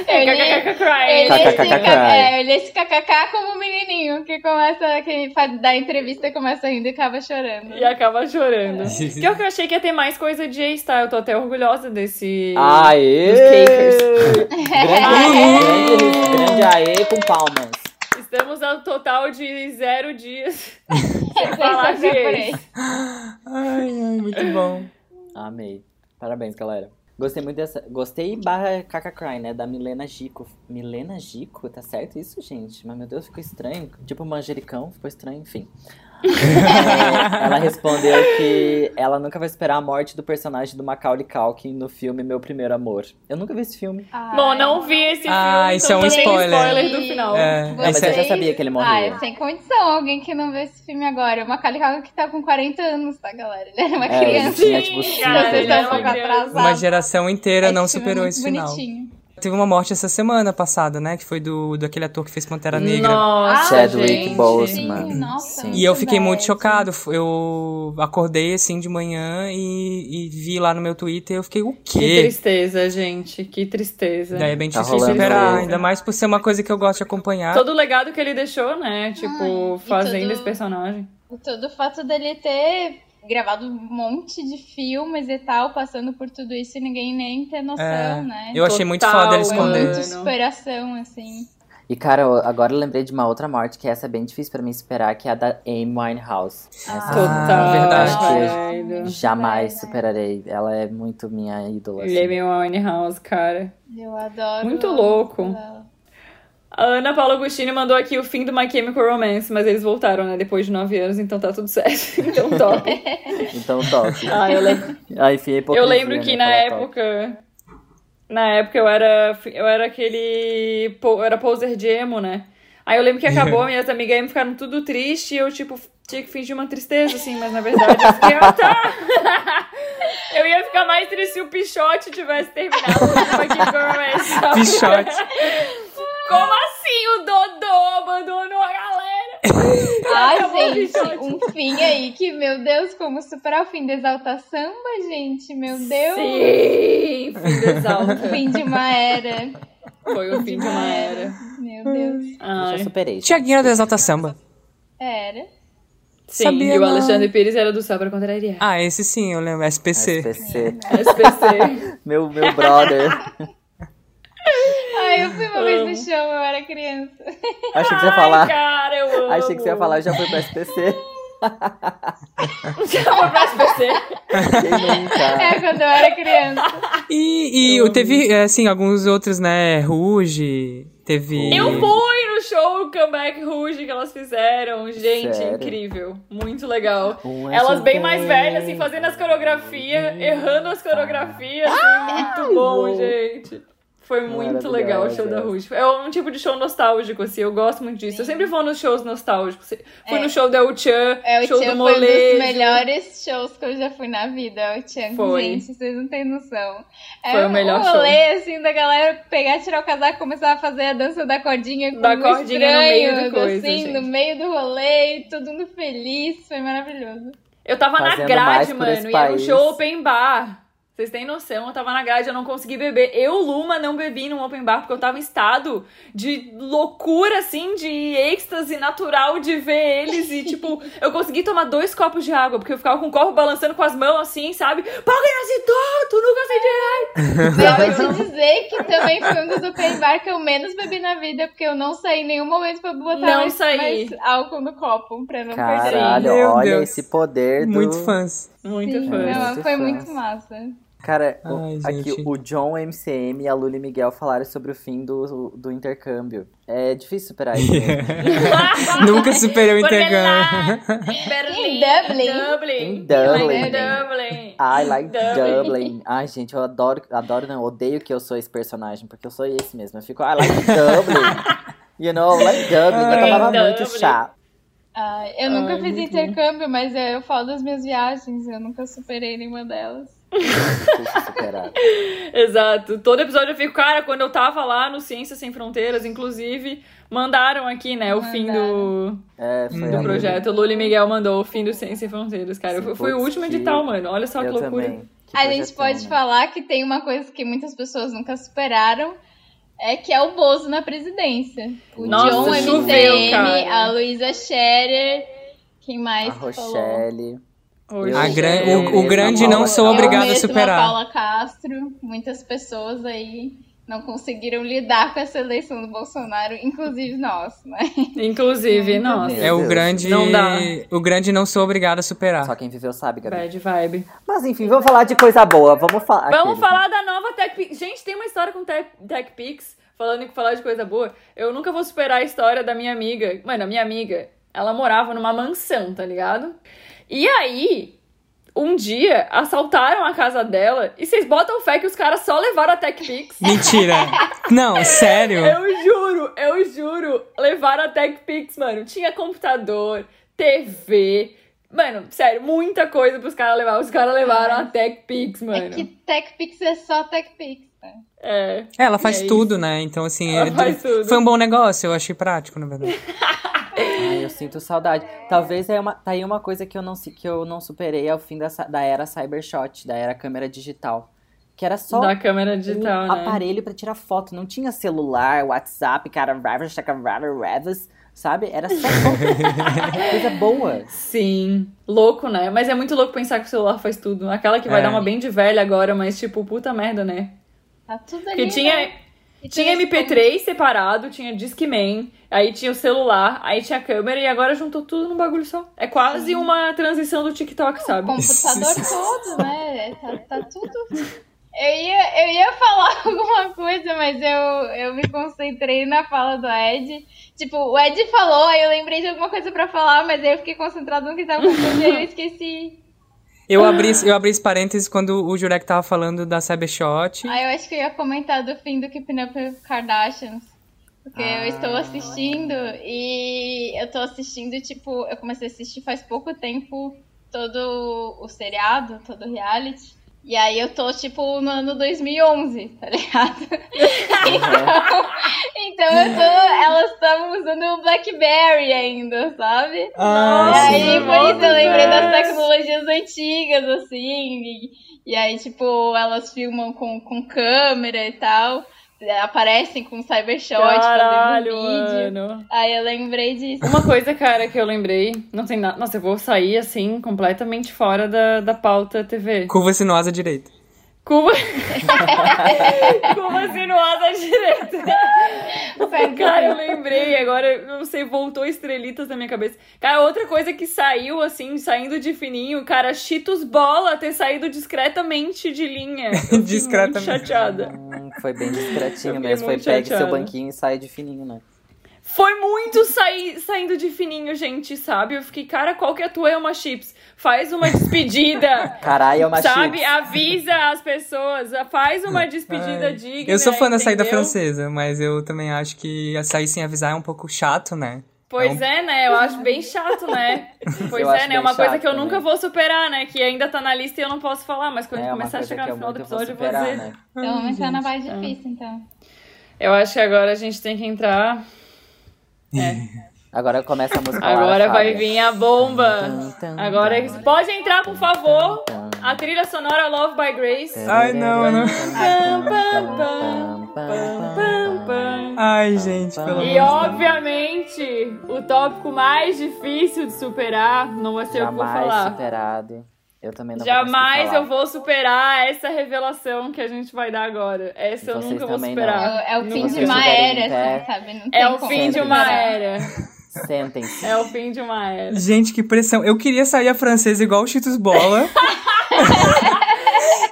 B: Ele,
C: KKK crying.
B: ele,
A: KKK.
B: esse, é, ele esse kkk como um menininho que começa, que faz, dá entrevista, começa rindo e acaba chorando.
C: E acaba chorando.
D: É.
C: Pior que eu achei que ia ter mais coisa de ex, tá? Eu tô até orgulhosa desse.
D: Ah.
A: Aê!
C: Dos
A: Grande,
C: cakers.
B: É,
A: grande, grande aê com palmas.
C: Estamos ao total de zero dias.
B: Vocês
C: falar
B: sofrem
C: de
B: por
C: ex.
B: isso.
D: Ai, ai, muito bom.
A: Amei. Parabéns, galera. Gostei muito dessa. Gostei barra KKCry, né? Da Milena Gico. Milena Gico? Tá certo isso, gente? Mas meu Deus, ficou estranho. Tipo manjericão, ficou estranho, enfim. É, ela respondeu que ela nunca vai esperar a morte do personagem do Macaulay Culkin no filme Meu Primeiro Amor. Eu nunca vi esse filme.
B: Ai,
C: Bom, não vi esse filme.
D: Ah, isso
C: então
D: é um
C: não tem
D: spoiler.
C: spoiler do final.
D: É,
A: Ah, mas
D: isso é-
A: eu já sabia que ele morria.
B: Ah, sem condição, alguém que não vê esse filme agora. O Macaulay Culkin que tá com 40 anos, tá, galera? Ele era uma
A: É, ele
B: criança.
A: tinha, tipo,
C: Sim,
A: cinco,
C: cara,
B: Vocês
A: seis
C: ele era
B: estão um
C: uma
A: anos.
B: pouco
C: criança.
D: Uma
B: atrasados.
D: geração inteira
B: filme é
D: não superou
B: muito
D: esse final.
B: bonitinho.
D: Teve uma morte essa semana passada, né? Que foi do daquele ator que fez Pantera Negra.
C: Nossa,
B: é
A: Chadwick
C: gente.
A: Boseman.
B: Sim, Ah, nossa,
A: Sim.
D: E eu fiquei
B: bad.
D: muito chocado. F- Eu acordei assim de manhã e, e vi lá no meu Twitter e eu fiquei, o
C: Que
D: quê?
C: tristeza, gente. Que tristeza.
D: Daí é bem
A: Tá
D: difícil de
A: rolando.
D: superar, ainda mais por ser uma coisa que eu gosto de acompanhar.
C: Todo o legado que ele deixou, né? Tipo,
B: Ai, e
C: fazendo
B: todo-
C: esse personagem.
B: E Todo o fato dele ter gravado um monte de filmes e tal, passando por tudo isso e ninguém nem ter noção,
D: É,
B: né?
D: Eu achei muito
C: Total, né?
D: foda ele
C: mano.
B: Foi muito
D: esconder.
B: superação, assim.
A: E, cara, eu- agora eu lembrei de uma outra morte que essa é bem difícil pra mim esperar, que é a da Amy Winehouse.
C: Ah,
A: Essa é
C: Total.
D: Ah, verdade.
C: velho.
A: Jamais superarei. Ela é muito minha ídola.
C: Ele é
A: Assim.
C: meu Winehouse, cara.
B: Eu adoro.
C: Muito
B: ela.
C: louco. A Ana Paula Agostini mandou aqui o fim do My Chemical Romance, mas eles voltaram, né? Depois de nove anos, então tá tudo certo. Então top.
A: Então, top.
C: ah, eu lembro.
A: Ah, enfim, é
C: Eu
A: hipocrisia,
C: lembro
A: né,
C: que na
A: falar top.
C: época. Na época eu era. Eu era aquele. po- Eu era poser de emo, né? Aí eu lembro que acabou, minhas amigas emo ficaram tudo triste e eu, tipo, tinha que fingir uma tristeza, assim, mas na verdade eu fiquei, ah, tá! Eu ia ficar mais triste se o Pichote tivesse terminado com a
D: Pichote.
C: é Como assim o Dodô abandonou a galera?
B: Ai,
C: Acabou,
B: gente,
C: Pichote.
B: um fim aí que, meu Deus, como superar o fim de Exalta Samba, gente, meu Deus.
C: Sim! Fim do
B: O
C: exalta.
B: fim de uma era.
C: Foi o fim de uma era.
B: Meu Deus.
A: Eu já
C: Ai.
A: superei.
D: Tiaguinho do Exalta Samba.
B: Era.
C: Sim,
D: Sabia
C: e o
D: não.
C: Alexandre Pires era do Só pra Contrariar.
D: Ah, esse sim, eu lembro.
A: É,
D: SPC.
A: SPC.
C: SPC.
A: Meu, meu brother.
B: Ai, eu fui uma vez
C: Amo.
B: no show, eu era criança.
A: Achei que você ia falar.
C: Ai, cara, eu amo.
A: Achei que você ia falar, eu já fui pra SPC.
C: Chama pra SPC.
A: Quem nunca?
B: É, quando eu era criança.
D: E, e teve, é, assim, alguns outros, né? Ruge, teve.
C: Eu fui no show Comeback Rouge que elas fizeram. Gente,
A: Sério?
C: incrível. Muito legal.
A: Um é
C: Elas bem
A: solteiro.
C: mais velhas, assim, fazendo as coreografias, errando as coreografias. assim, muito bom,
A: bom.
C: gente. Foi muito
A: Maravilhosa.
C: legal o show da Rouge. É um tipo de show nostálgico, assim. Eu gosto muito disso. Eu sempre vou nos shows nostálgicos. Fui
B: É.
C: no show da Uchan,
B: É, o
C: show
B: Tchan
C: do
B: foi um
C: Molejo.
B: dos melhores shows que eu já fui na vida. O Tchan,
C: Foi.
B: gente, vocês não têm noção. É
C: Foi o
B: um-
C: melhor
B: um
C: show.
B: rolê, assim, da galera pegar, tirar o casaco e começar a fazer a dança da cordinha com
C: Da
B: um
C: cordinha no meio
B: estranho,
C: da coisa,
B: assim,
C: gente.
B: no meio do rolê, todo mundo feliz. Foi maravilhoso.
C: Eu tava na
A: Fazendo mais
C: grade,
A: por
C: mano,
A: esse
C: e era um
A: país.
C: show open bar. Vocês têm noção, eu tava na grade, eu não consegui beber. Eu, Luma, não bebi num open bar, porque eu tava em estado de loucura, assim, de êxtase natural de ver eles. E, tipo, eu consegui tomar dois copos de água, porque eu ficava com o copo balançando com as mãos, assim, sabe? Paguei nesse tu nunca sei de...
B: E eu vou te dizer que também foi um dos open bar que eu menos bebi na vida, porque eu não saí em nenhum momento pra botar
C: Não
B: mais,
C: saí.
B: mais álcool no copo, pra não
A: Caralho,
D: Meu
A: olha
D: Deus.
A: esse poder do...
D: Muito fãs.
C: Muito
B: perder.
A: fã.
B: Não,
A: Muito
B: foi
A: fã.
B: muito massa.
A: Cara, o-
D: Ai, gente.
A: aqui o John MCM e a Lully Miguel falaram sobre o fim do, do intercâmbio. É difícil superar isso. mesmo.
D: Nunca superou o
C: Porque
D: intercâmbio.
C: lá- Berlim,
B: Em Dublin.
A: Em
C: Dublin.
A: Dublin.
C: Em Dublin.
A: I like
C: Dublin.
A: Dublin. Ai, gente, eu adoro, adoro não, odeio que eu sou esse personagem, porque eu sou esse mesmo. Eu fico, I like Dublin. you know, like Dublin. Eu
D: Ai,
A: tomava
C: Dublin.
A: muito chá.
B: Ah, eu nunca fiz intercâmbio, mas é, eu falo das minhas viagens, eu nunca superei nenhuma delas.
A: Difícil superar.
C: Exato. Todo episódio eu fico, cara, quando eu tava lá no Ciências Sem Fronteiras, inclusive, mandaram aqui, né, o fim do,
A: É, foi
D: Do
A: a
C: do
A: Lully.
C: projeto. O Lully Miguel mandou o fim do Ciências Sem Fronteiras, cara.
A: Sim,
C: Eu fui o
A: putz,
C: último
A: que-
C: edital, mano. Olha só que
A: Eu
C: loucura.
A: também. Que
B: A gente
A: projetão,
B: pode
A: né?
B: falar que tem uma coisa que muitas pessoas nunca superaram, é que é o Bozo na presidência. O
A: Nossa,
B: John
A: choveu,
B: MCM,
C: cara.
B: a Luísa Scherer, quem
A: A
B: mais que falou?
A: Rochelle.
C: Hoje.
A: A gran-
C: É.
A: o- o grande não sou
B: Eu
D: obrigado a
B: mesma,
D: superar.
B: Paula Castro, muitas pessoas aí não conseguiram lidar com essa eleição do Bolsonaro, inclusive nós, né?
C: Inclusive, nossa.
A: Meu
D: É o
A: Deus.
D: grande.
C: Não dá.
D: O grande não sou obrigado a
C: Ah.
D: superar.
A: Só quem viveu sabe, Gabi.
C: Bad vibe.
A: Mas enfim, vamos falar de coisa boa. Vamos falar.
C: Vamos falar da nova TechPix. Gente, tem uma história com Tech- TechPix. Falando em falar de coisa boa, eu nunca vou superar a história da minha amiga. Mano, a minha amiga, ela morava numa mansão, tá ligado? E aí, um dia, assaltaram a casa dela e vocês botam fé que os caras só levaram a TechPix.
D: Mentira. Não, sério.
C: Eu juro, eu juro. Levaram a TechPix, mano. Tinha computador, TV. Mano, sério, muita coisa pros caras levar. Os caras levaram a TechPix, mano.
B: É que TechPix é só TechPix, né?
C: É.
D: É, Ela faz
C: É
D: tudo, né? Então, assim,
C: Ela
D: é-
C: faz tudo.
D: foi um bom negócio, eu achei prático, na verdade.
A: Ai, eu sinto saudade. Talvez é uma, tá aí uma coisa que eu não, se- que eu não superei ao fim dessa, da era Cybershot, da era câmera digital. Que era só
C: Da câmera
A: um
C: digital, né?
A: aparelho pra tirar foto. Não tinha celular, WhatsApp, cara, ravas, chaca, ravas, ravas, sabe? Era só foto. coisa boa.
C: Sim. Louco, né? Mas é muito louco pensar que o celular faz tudo. Aquela que vai
D: É.
C: dar uma bem de velha agora, mas tipo, puta merda, né?
B: Tá tudo ali.
C: Porque tinha,
B: né? E
C: tinha
B: tem esse
C: MP3 separado, tinha Discman, aí tinha o celular, aí tinha a câmera e agora juntou tudo num bagulho só. É quase uma transição do TikTok, sabe?
B: computador todo, né? Tá, tá tudo. Eu ia, eu ia falar alguma coisa, mas eu, eu me concentrei na fala do Ed. Tipo, o Ed falou, aí eu lembrei de alguma coisa pra falar, mas aí eu fiquei concentrada no que tava acontecendo e aí eu esqueci.
D: Eu abri, esse- eu abri esse parênteses quando o Jurek tava falando da Cybershot.
B: Aí Ah, eu acho que eu ia comentar do fim do Keeping Up with Kardashians. Porque eu estou assistindo e eu tô assistindo, tipo, eu comecei a assistir faz pouco tempo todo o seriado, todo o reality. E aí eu tô, tipo, no ano 2011, tá ligado? então, então eu tô, elas estavam usando o Blackberry ainda, sabe?
D: Ah,
B: e aí,
A: é
D: sim.
B: por isso eu lembrei das
C: Deus.
B: tecnologias antigas, assim. E, e aí, tipo, elas filmam com, com câmera e tal. Aparecem com cybershot
C: Caralho,
B: fazendo um vídeo.
C: mano.
B: Aí eu lembrei disso.
C: Uma coisa, cara, que eu lembrei, não tem nada. Nossa, eu vou sair assim, completamente fora da, da pauta TV.
D: Curva sinuosa direita.
C: Curva. Curva sinuosa à direita. Cara, eu lembrei agora, não sei, voltou estrelitas na minha cabeça. Cara, outra coisa que saiu, assim, saindo de fininho, cara, Cheetos Bola ter saído discretamente de linha. Eu fiquei muito
D: Discretamente.
C: chateada.
A: Hum, foi bem discretinho
C: Eu
A: mesmo. Foi
C: fiquei muito
A: pegue seu
C: chateada.
A: banquinho e sai de fininho, né?
C: Foi muito sair, saindo de fininho, gente, sabe? Eu fiquei, cara, qual que é a tua Elma Chips? Faz uma despedida.
A: Caralho, é uma
C: Sabe, ah,
A: chips.
C: avisa as pessoas, faz uma despedida
D: Ai,
C: digna.
D: Eu sou fã da saída
C: entendeu?
D: francesa, mas eu também acho que a sair sem avisar é um pouco chato, né?
C: Pois
D: Não.
C: é, né? Eu acho bem chato, né? Pois
A: um Eu acho
C: é, né?
A: bem
C: É uma coisa
A: chato
C: que eu
A: também.
C: nunca vou superar, né? Que ainda tá na lista e eu não posso falar, mas quando
A: É uma
C: começar a
A: coisa
C: chegar
A: que
C: no
A: eu
C: final do
A: muito vou
C: episódio, eu vou
A: superar,
C: dizer.
A: né?
B: Então,
C: é
B: vamos entrar na
D: gente.
A: Ah.
B: mais difícil, então.
C: Eu acho que agora a gente tem que entrar.
A: Agora começa a música
C: Agora
A: Lara
C: vai
A: Fábia.
C: vir a bomba. Agora é pode entrar, por favor. A trilha sonora Love by Grace.
D: Ai, não, eu não-
A: Pam, pam,
C: Pam,
A: pam,
C: pam,
A: pam.
C: pam.
D: Ai, gente, pelo
C: E
D: amor
C: obviamente, o tópico mais difícil de superar não vai ser o que eu vou
A: Jamais
C: falar.
A: superado. Eu também não
C: Jamais
A: vou
C: eu vou superar essa revelação que a gente vai dar agora. Essa eu
A: Vocês
C: nunca vou
A: também
B: É o,
C: superar.
B: é o
C: Nunca.
B: fim
A: Ah, Se
B: de uma
A: vocês estiverem
B: era,
A: em pé,
B: assim, sabe? Não tem
C: É o
B: como
C: fim de uma
B: superar.
C: era.
A: vou. Sentem-se.
C: É o fim de uma era.
D: Gente, que pressão. Eu queria sair a francesa igual o Cheetos Bola.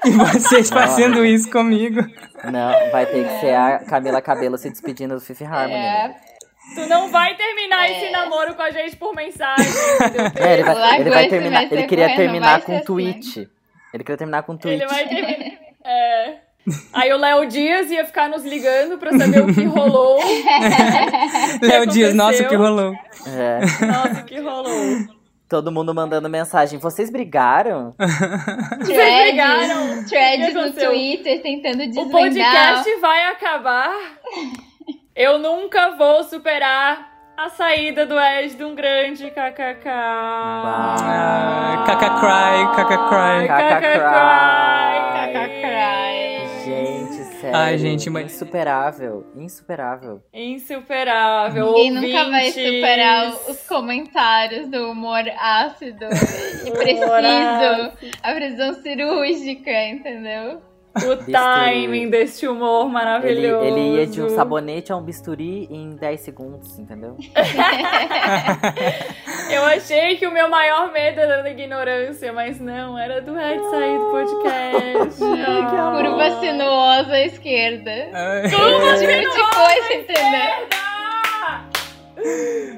D: e vocês fazendo isso comigo.
A: Não, vai ter que ser a Camila Cabelo se despedindo do Fifth Harmony. né?
B: É,
C: Tu não vai terminar esse namoro com a gente por mensagem. entendeu?
A: Não, É, ele
B: Largou
A: vai, ele vai
B: esse
A: terminar.
B: vai ser
A: Ele queria
B: correndo,
A: terminar
B: vai
A: com
B: ser
A: um
B: assim.
A: tweet. Ele queria terminar com um tweet.
C: Ele vai terminar. É. Aí o Léo Dias ia ficar nos ligando pra saber o que rolou.
D: Léo Dias, nossa, o que
C: aconteceu?
D: rolou.
A: É.
C: Nossa, o que rolou.
A: Todo mundo mandando mensagem. Vocês brigaram?
C: pegaram?
B: Threads,
C: O
B: threads
C: que
B: no
C: aconteceu?
B: Twitter tentando
C: O
B: desvendar.
C: podcast vai acabar. Eu nunca vou superar a saída do Ed de um grande kkk.
D: Ah.
A: Bah.
D: Kaka cry, kaka cry.
A: Kaka
C: Kaka
A: cry.
C: cry.
A: Gente, sério.
D: Ai, gente, mas-
A: Insuperável. Insuperável.
C: Insuperável.
B: Ninguém nunca vai
C: ouvintes.
B: superar o- os comentários do humor ácido e preciso,
C: ácido.
B: a prisão cirúrgica, entendeu?
C: O timing deste humor
A: Ele,
C: maravilhoso.
A: ele ia de um sabonete a um bisturi em 10 segundos, entendeu?
C: Eu achei que o meu maior medo era da ignorância, mas não, era do Ed sair
A: Ah.
C: do podcast. Ai, que amor.
B: Curva sinuosa à esquerda.
D: Ai,
B: Esse tipo de coisa, entendeu?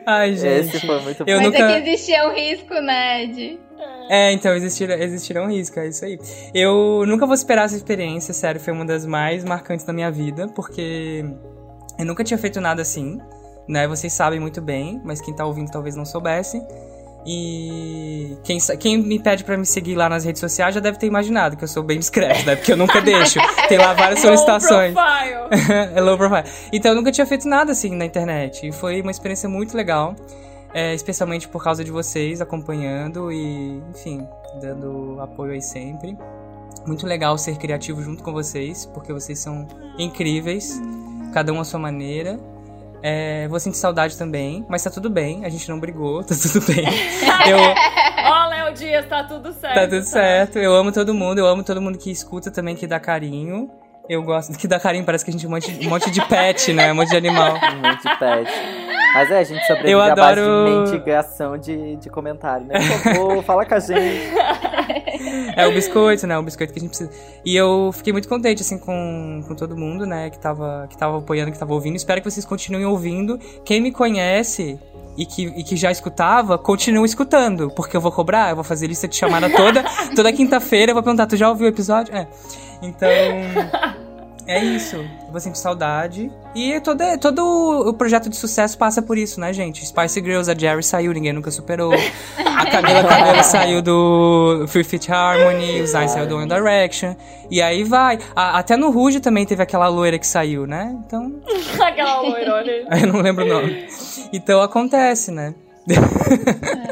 D: Ai, gente.
A: Esse foi muito
D: Eu
B: Mas
A: bom.
D: nunca-
B: é que existia um risco, né, Ed?
D: É, então, existiram, existiram riscos, é isso aí. Eu nunca vou superar essa experiência, sério, foi uma das mais marcantes da minha vida, porque eu nunca tinha feito nada assim, né? Vocês sabem muito bem, mas quem tá ouvindo talvez não soubesse. E quem, sa- quem me pede pra me seguir lá nas redes sociais já deve ter imaginado que eu sou bem discreto, né? Porque eu nunca deixo. Tem lá várias solicitações.
C: Low É um profile.
D: é low profile. Então eu nunca tinha feito nada assim na internet. E foi uma experiência muito legal. é, especialmente por causa de vocês acompanhando e, enfim, dando apoio aí sempre. Muito legal ser criativo junto com vocês, porque vocês são incríveis, cada um à sua maneira. É, vou sentir saudade também, mas tá tudo bem, a gente não brigou, tá tudo bem. Eu,
C: Ó, Léo Dias, tá tudo certo.
D: Tá tudo certo. Eu amo todo mundo. Eu amo todo mundo que escuta também, que dá carinho. Eu gosto que dá carinho. Parece que a gente é um monte, um monte de pet, né? Um monte de animal.
A: Muito pet. Mas é, a gente sobrevive
D: Eu
A: à base de
D: adoro-
A: mendigação de, de comentário, né? Por favor, fala com a gente.
D: É o biscoito, né? O biscoito que a gente precisa. E eu fiquei muito contente, assim, com, com todo mundo, né? Que tava, que tava apoiando, que tava ouvindo. Espero que vocês continuem ouvindo. Quem me conhece e que, e que já escutava, continue escutando. Porque eu vou cobrar, eu vou fazer lista de chamada toda. toda quinta-feira eu vou perguntar, tu já ouviu o episódio? É. Então. É isso. Eu vou sentir saudade. E todo, todo o projeto de sucesso passa por isso, né, gente? Spice Girls, a Jerry saiu, ninguém nunca superou. A Camila Cabello saiu do Free Fit Harmony, o Zayn saiu do One Direction. E aí vai. A- até no Ruge também teve aquela loira que saiu, né? Então.
C: Aquela loira, olha aí.
D: Eu não lembro o nome. Então acontece, né?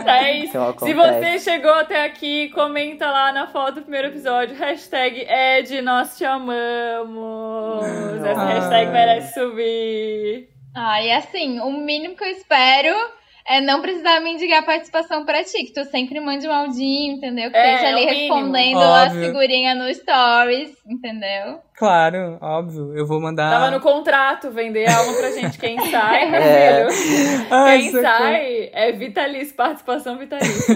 C: É isso.
A: Então
C: Se
A: acontece.
C: você chegou até aqui, comenta lá na foto do primeiro episódio, hashtag Ed, nós te amamos. Essa
D: Ai.
C: hashtag merece subir.
B: é Ah, e assim, o mínimo que eu espero é não precisar mendigar participação pra ti, que tu sempre mande um áudio, entendeu? Que
C: É,
B: esteja
C: é
B: ali
C: o mínimo.
B: respondendo a
D: Óbvio.
B: figurinha no stories, entendeu?
D: Claro, óbvio. Eu vou mandar.
C: Tava no contrato vender alma pra gente. Quem sai, meu
A: Ah. É.
C: filho.
D: Ai,
C: Quem
D: socorro.
C: sai é vitalício, participação vitalícia.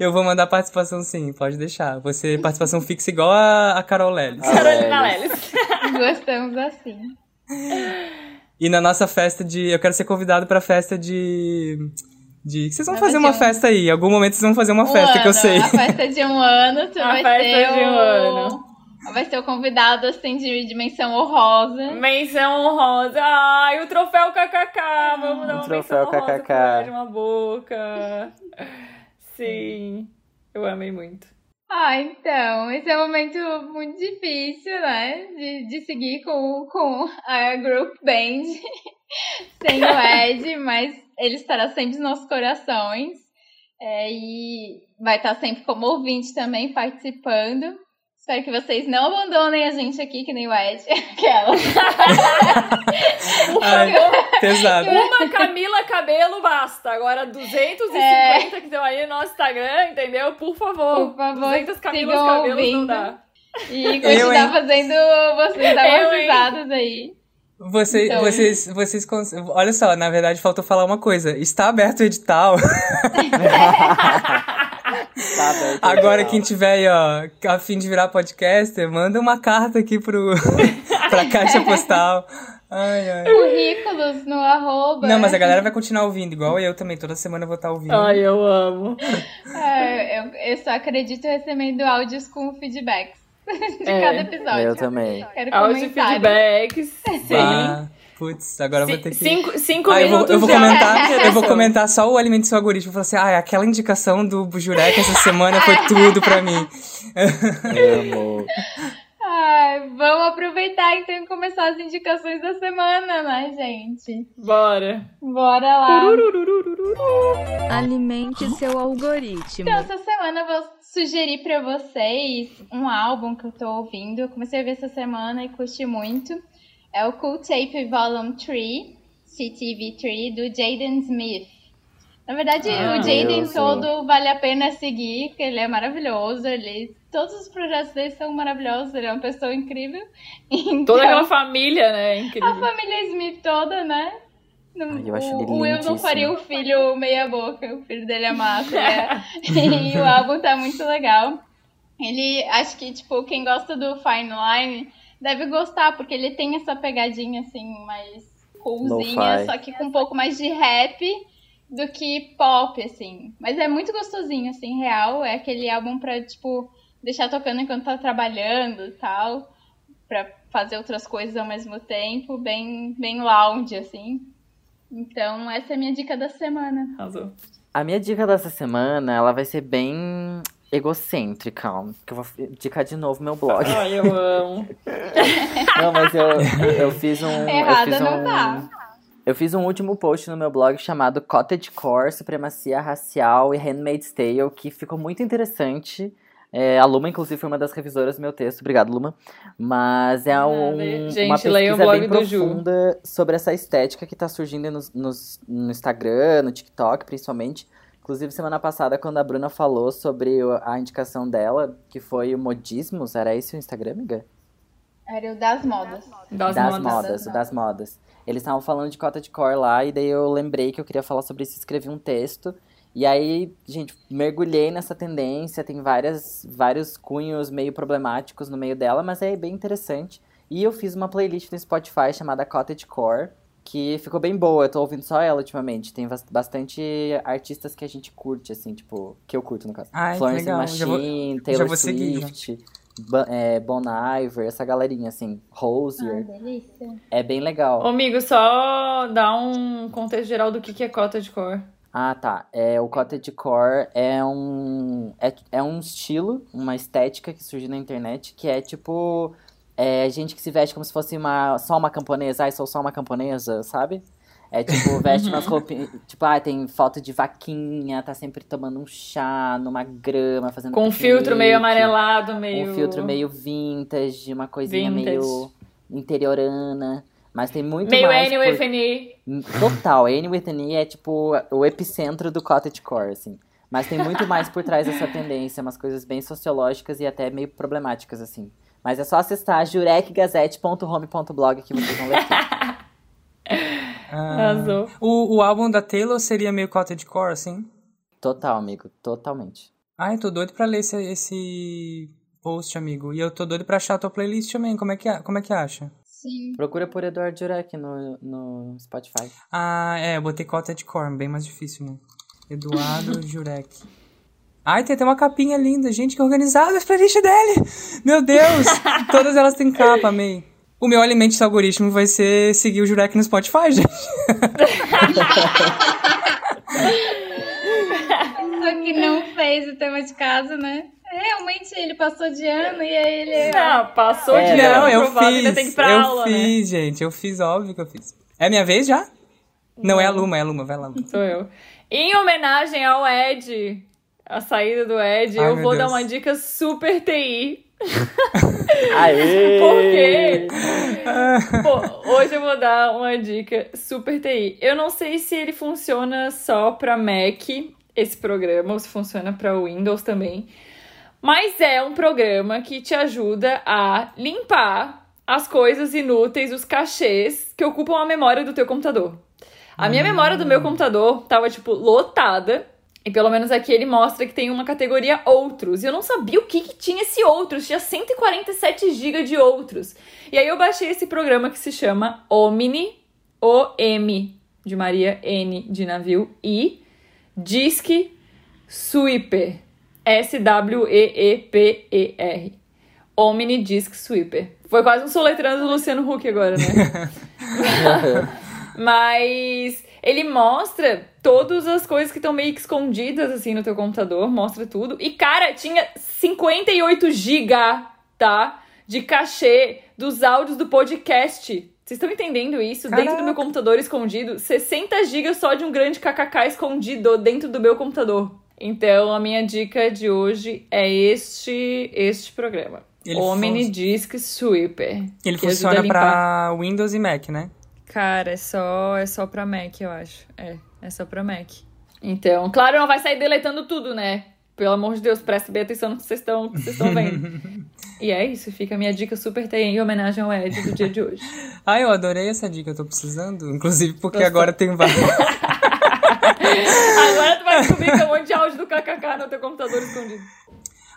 D: Eu vou mandar participação sim, pode deixar. Você participação fixa igual a, a Carol Lelis.
A: Ah.
C: Carolina
A: Lelis.
C: Lelis.
B: Gostamos assim.
D: E na nossa festa de. Eu quero ser convidado pra festa de. de vocês vão
B: Nada
D: fazer
B: de
D: uma
B: um-
D: festa aí. Em algum momento vocês vão fazer uma
B: Um
D: festa, que eu
B: ano,
D: sei.
B: A festa de um ano, tu
C: A
B: vai
C: festa
B: ser
C: de um
B: o...
C: ano.
B: Vai ser o convidado, assim, de dimensão honrosa.
C: Menção honrosa. Ai, o troféu KKK. Vamos dar
A: O
C: uma
A: troféu
C: menção honrosa
A: KKK.
C: pra de uma boca. Sim. Eu amei muito.
B: Ah, então, esse é um momento muito difícil, né? De, de seguir com, com a group band sem o Ed, mas ele estará sempre nos nossos corações é, e vai estar sempre como ouvinte também participando. Espero que vocês não abandonem a gente aqui, que nem o Ed, aquela.
D: Ai, É, pesado.
C: Uma Camila Cabelo basta. Agora 250 que estão aí no nosso Instagram, entendeu? Por favor.
B: É. Por favor,
C: 200 Camilas
B: sigam
C: Cabelos não
B: ouvindo.
C: dá.
B: E
D: Eu, hein?
B: continuar fazendo vocês dar
C: Eu,
B: umas
C: hein?
B: risadas aí.
D: Você,
B: Então.
D: Vocês, vocês, cons- Olha só, na verdade faltou falar uma coisa. Está aberto o edital.
A: Tá aberto,
D: Agora,
A: tá.
D: quem tiver aí, ó, a fim de virar podcaster, manda uma carta aqui pro, pra caixa postal. Ai, ai.
B: Currículos no arroba.
D: Não, mas é a galera vai continuar ouvindo, igual eu também. Toda semana eu vou estar ouvindo.
C: Ai, eu amo.
B: É, eu, eu só acredito recebendo áudios com feedbacks de
C: É,
B: cada episódio.
A: Eu também.
B: Quero
C: Áudio
B: comentários.
C: feedbacks. Sim.
D: Ah, putz, agora eu
C: Ci-
D: vou ter que.
C: Cinco, cinco
D: Ah, eu vou,
C: minutos
D: eu vou
C: de
D: comentar, eu vou
C: audiodescrição.
D: comentar só o alimento do seu algoritmo. Vou falar assim, ah, aquela indicação do Bujurek essa semana foi tudo pra mim.
A: Amo.
B: Ai, vamos aproveitar então e começar as indicações da semana, né, gente?
C: Bora.
B: Bora lá.
F: Alimente seu algoritmo.
B: Então, essa semana eu vou sugerir pra vocês um álbum que eu tô ouvindo. Eu comecei a ver essa semana e curti muito. É o Cool Tape Volume 3, CTV3, do Jaden Smith. Na verdade,
C: Ah,
B: o Jaden
A: eu
B: todo vale a pena seguir, porque ele é maravilhoso. Ele, todos os projetos dele são maravilhosos, ele é uma pessoa incrível.
C: Toda
B: Então-
C: aquela família, né? Incrível.
B: a família Smith toda, né? Não-
A: Ai, eu acho
B: o,
A: ele
B: o Will não
A: lindíssimo.
B: faria o filho meia boca, o filho dele é massa, né? e o álbum tá muito legal. Ele, acho que, tipo, quem gosta do Fine Line deve gostar, porque ele tem essa pegadinha, assim, mais coolzinha,
A: Lo-fi.
B: só que com um pouco mais de rap do que pop, assim. Mas é muito gostosinho, assim, real. É aquele álbum pra, tipo, deixar tocando enquanto tá trabalhando e tal pra fazer outras coisas ao mesmo tempo, bem, bem lounge, assim. Então, essa é a minha dica da semana.
C: Arrasou.
A: A minha dica dessa semana, ela vai ser bem egocêntrica. Que eu vou indicar de novo meu blog.
C: Ai, eu amo.
A: Não, mas eu, eu fiz um.
B: Errada
A: eu fiz
B: não
A: um,
B: tá.
A: Eu fiz um último post no meu blog chamado Cottagecore, Supremacia Racial e Handmaid's Tale, que ficou muito interessante. É, a Luma, inclusive, foi uma das revisoras do meu texto. Obrigado, Luma. Mas é
C: Nada.
A: um,
C: Gente,
A: uma pesquisa
C: leiam o blog
A: bem
C: do Ju.
A: profunda sobre essa estética que tá surgindo nos, nos- no Instagram, no TikTok, principalmente. Inclusive, semana passada, quando a Bruna falou sobre o- a indicação dela, que foi o modismos, era esse o Instagram, amiga?
B: Era o das modas.
C: Das,
A: das
C: modas.
A: modas, o das modas. Eles estavam falando de cota de cor lá, e daí eu lembrei que eu queria falar sobre isso, escrevi um texto. E aí, gente, mergulhei nessa tendência, tem várias, vários cunhos meio problemáticos no meio dela, mas é bem interessante. E eu fiz uma playlist no Spotify chamada Cottage Core, que ficou bem boa, eu tô ouvindo só ela ultimamente. Tem bas- bastante artistas que a gente curte, assim, tipo, que eu curto no caso.
D: Ai, que
A: Florence and
D: legal, já vou-
A: Machine, Taylor
D: vou seguir, já.
A: Swift, Ba- é, Bon Iver, essa galerinha, assim, Rosier.
B: Ai, delícia.
A: É bem legal.
C: Ô, amigo, só dá um contexto geral do que que é cota de cor.
A: Ah, tá. É, o cottagecore é um é, é um estilo, uma estética que surgiu na internet que é tipo é, gente que se veste como se fosse uma só uma camponesa, ai, sou só uma camponesa, sabe? É tipo, veste umas roupinhas, tipo, ah, tem foto de vaquinha, tá sempre tomando um chá numa grama, fazendo
C: Com um filtro meio
A: piquenique
C: amarelado, meio.
A: um filtro meio vintage, uma coisinha
C: Vintage.
A: meio interiorana. Mas tem muito
C: Meio
A: mais. coi-
C: anyway, Fanny.
A: Total, Anne with an E é tipo o epicentro do cottagecore, assim. Mas tem muito mais por trás dessa tendência, umas coisas bem sociológicas e até meio problemáticas, assim. Mas é só acessar jurecgazette.home.blog que vocês vão ler tudo.
D: Ah.
C: Arrasou.
D: O, o álbum da Taylor seria meio cottagecore, assim?
A: Total, amigo, totalmente.
D: Ai, tô doido pra ler esse, esse post, amigo. E eu tô doido pra achar a tua playlist também. Como é que, a- como é que acha?
B: Sim.
A: Procura por Eduardo Jurek no, no Spotify.
D: Ah, é, eu botei cottagecore, bem mais difícil, né? Eduardo Jurek. Ai, tem até uma capinha linda. Gente, que organizada as playlists dele! Meu Deus! Todas elas têm capa, amei. O meu alimento de algoritmo vai ser seguir o Jurek no Spotify, gente.
B: Só que não fez o tema de casa, né? Realmente ele passou de ano e aí ele.
C: Ah, passou
A: É,
C: de ano
D: não, eu
C: aprovado, ainda
D: fiz.
C: tem que ir pra
D: eu
C: aula, né?
D: fiz, gente. Eu fiz, óbvio que eu fiz. É minha vez já? Não, é a Luma, é a Luma, vai lá. Luma.
C: Sou eu. Em homenagem ao Ed, a saída do Ed,
D: Ai,
C: eu
D: meu
C: vou dar
D: Deus.
C: uma dica super TI.
A: Aê!
C: Porque Pô, hoje eu vou dar uma dica super TI. Eu não sei se ele funciona só pra Mac, esse programa, ou se funciona pra Windows também. Mas é um programa que te ajuda a limpar as coisas inúteis, os cachês que ocupam a memória do teu computador. A minha memória do meu computador tava, tipo, lotada. E pelo menos aqui ele mostra que tem uma categoria outros. E eu não sabia o que, que tinha esse outros. Tinha 147 GB de outros. E aí eu baixei esse programa que se chama Omni, O-M de Maria, N de navio, I, Disque Sweeper, S-W-E-E-P-E-R. Omni Disc Sweeper. Foi quase um soletrando do Luciano Huck agora, né? Mas ele mostra todas as coisas que estão meio que escondidas assim no teu computador, mostra tudo. E cara, tinha 58 giga, tá? De cachê dos áudios do podcast. Vocês estão entendendo isso? Dentro do meu computador escondido, 60 GB só de um grande kkk escondido dentro do meu computador. Então, a minha dica de hoje é este este programa.
D: Ele
C: Omni Disc Sweeper.
D: Ele
C: que ajuda a
D: funciona
C: limpar.
D: pra Windows e Mac, né?
C: Cara, é só, é só pra Mac, eu acho. É, é só pra Mac. Então, claro, não vai sair deletando tudo, né? Pelo amor de Deus, presta bem atenção no que vocês estão que vocês estão vendo. e é isso, fica a minha dica super TI em homenagem ao Ed do dia de hoje.
D: Ah, eu adorei essa dica, eu tô precisando. Inclusive porque agora tem várias.
C: Agora tu vai descobrir que é um monte de áudio do KKK no teu computador escondido.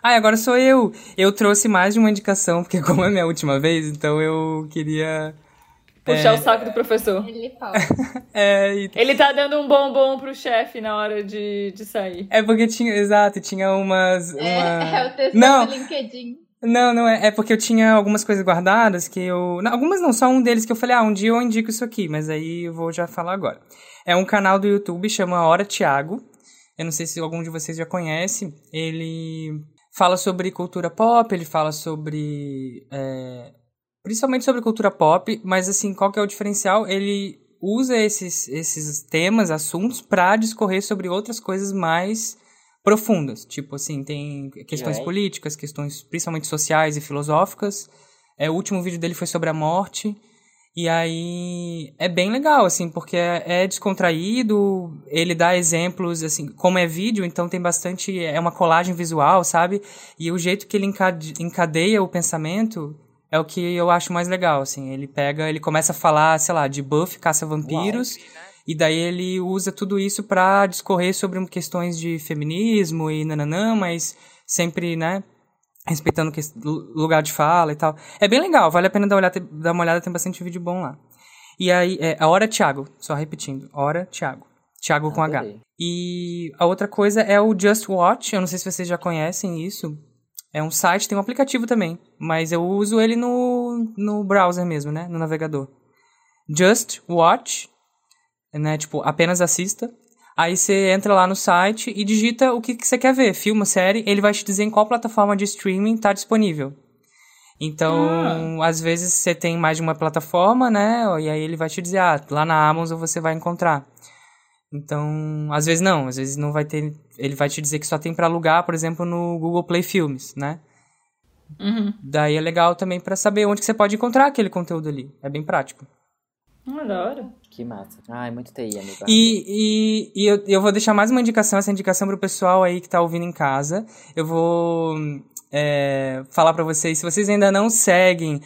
D: Ah, e agora sou eu. Eu trouxe mais de uma indicação, porque como é minha última vez, então eu queria...
C: Puxar o saco do professor.
B: Ele pode.
D: É, e-
C: Ele tá dando um bombom pro chefe na hora de, de sair.
D: é porque tinha... Exato, tinha umas... Uma...
B: É, é o texto
D: Não.
B: do LinkedIn.
D: Não, não é. É porque eu tinha algumas coisas guardadas que eu. não, algumas não, só um deles que eu falei, ah, um dia eu indico isso aqui, mas aí eu vou já falar agora. É um canal do YouTube, chama Hora Tiago. Eu não sei se algum de vocês já conhece. Ele fala sobre cultura pop, ele fala sobre. é, principalmente sobre cultura pop, mas assim, qual que é o diferencial? Ele usa esses, esses temas, assuntos, pra discorrer sobre outras coisas mais profundas. Tipo assim, tem questões
A: Ué.
D: políticas, questões principalmente sociais e filosóficas. É, o último vídeo dele foi sobre a morte. E aí é bem legal, assim, porque é, é descontraído, ele dá exemplos, assim, como é vídeo, então tem bastante. É uma colagem visual, sabe? E o jeito que ele encade- encadeia o pensamento é o que eu acho mais legal, assim. Ele pega, ele começa a falar, sei lá, de Buffy, caça-vampiros, e daí ele usa tudo isso pra discorrer sobre um- questões de feminismo e nananã, mas sempre, né, respeitando que- lu- lugar de fala e tal. É bem legal, vale a pena dar, olhada, dar uma olhada, tem bastante vídeo bom lá. E aí, é, a Hora Thiago, só repetindo, Hora Thiago. Thiago com H.
A: Adorei.
D: E a outra coisa é o Just Watch, eu não sei se vocês já conhecem isso. É um site, tem um aplicativo também, mas eu uso ele no, no browser mesmo, né, no navegador. Just Watch, né, tipo, apenas assista. Aí você entra lá no site e digita o que que você quer ver, filme, série, ele vai te dizer em qual plataforma de streaming tá disponível. Então, às vezes você tem mais de uma plataforma, né? E aí ele vai te dizer, ah, lá na Amazon você vai encontrar. Então, às vezes não, às vezes não vai ter. Ele vai te dizer que só tem pra alugar, por exemplo, no Google Play Filmes, né?
C: Uhum.
D: Daí é legal também pra saber onde que você pode encontrar aquele conteúdo ali. É bem prático.
C: Ah, Adoro.
A: Que massa. Ai, muito TI, amiga.
D: E, e, e eu, eu vou deixar mais uma indicação, essa indicação pro pessoal aí que tá ouvindo em casa. Eu vou é, falar pra vocês, se vocês ainda não seguem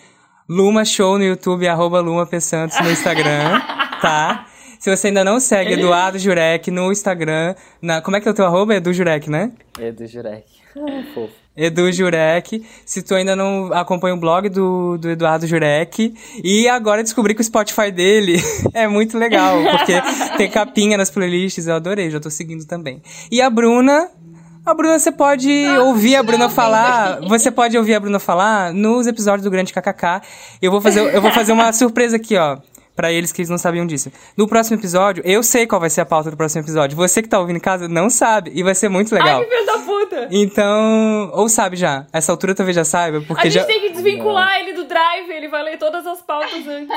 D: Luma Show no YouTube, arroba Luma P. Santos no Instagram, tá? Se você ainda não segue Eduardo Jurek no Instagram, na, como é que é o teu arroba? Edu Jurek, né?
A: Edu Jurek. Ai, fofo.
D: Edu Jurek. Se tu ainda não acompanha o blog do, do Eduardo Jurek. E agora descobri que o Spotify dele é muito legal, porque tem capinha nas playlists. Eu adorei, já tô seguindo também. E a Bruna. A Bruna, você pode ouvir a Bruna falar. Você pode ouvir a Bruna falar nos episódios do Grande KKK. Eu vou fazer, eu vou fazer uma surpresa aqui, ó. Pra eles que eles não sabiam disso. No próximo episódio, eu sei qual vai ser a pauta do próximo episódio. Você que tá ouvindo em casa não sabe. E vai ser muito legal.
C: Ai, que filho da puta!
D: Então, ou sabe já, essa altura talvez já saiba,
C: A
D: porque
C: gente
D: já.
C: tem que desvincular ele do drive, ele vai ler todas as pautas antes.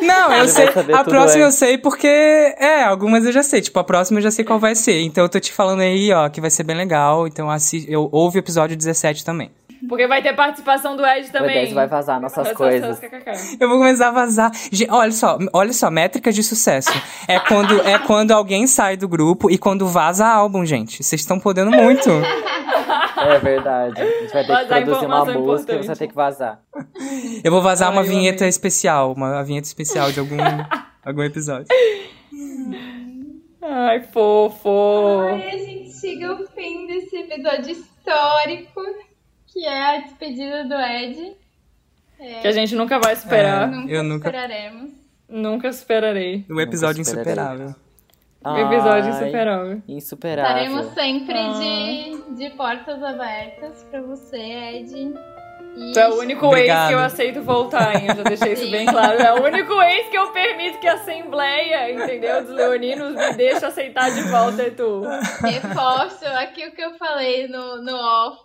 D: Não, eu
A: Ele
D: sei.
A: vai saber
D: A
A: tudo
D: próxima eu
A: antes.
D: sei porque. É, algumas eu já sei. Tipo, a próxima eu já sei qual vai ser. Então eu tô te falando aí, ó, que vai ser bem legal. Então assi... eu ouve o episódio 17 também.
C: Porque vai ter participação do Ed
A: O
C: também.
A: Edésio vai vazar nossas
C: Nossa,
A: coisas.
C: kkk.
D: Eu vou começar a vazar. Ge- olha só, olha só, métricas de sucesso. É quando, é quando alguém sai do grupo e quando vaza álbum, gente. Vocês estão podendo muito.
A: É verdade. A gente vai ter
C: Vazar
A: que produzir uma
C: informação
A: música e você vai
C: importante.
A: ter que vazar.
D: Eu vou vazar
C: Ai,
D: uma
C: eu
D: vinheta
C: amei.
D: especial, uma a vinheta especial de algum, algum episódio.
C: Ai, fofo.
B: Aí a gente chega ao fim desse episódio histórico, que é a despedida do Ed.
C: Que a gente nunca vai superar.
B: Nunca
D: Eu nunca.
B: esperaremos.
C: Nunca superarei.
D: O Um episódio
A: Nunca superarei.
D: insuperável. Um
C: Episódio
A: Ai,
C: insuperável.
A: Insuperável.
B: Estaremos sempre de, de portas abertas pra você, Ed. E
C: Tu
D: Tá
C: é o único ex
D: Obrigado.
C: que eu aceito voltar, hein? Eu já deixei isso
B: Sim.
C: bem claro. É o único ex que eu permito que a assembleia, entendeu? Dos leoninos me deixa aceitar de volta, é tu.
B: reforço aqui o que eu falei no, no off,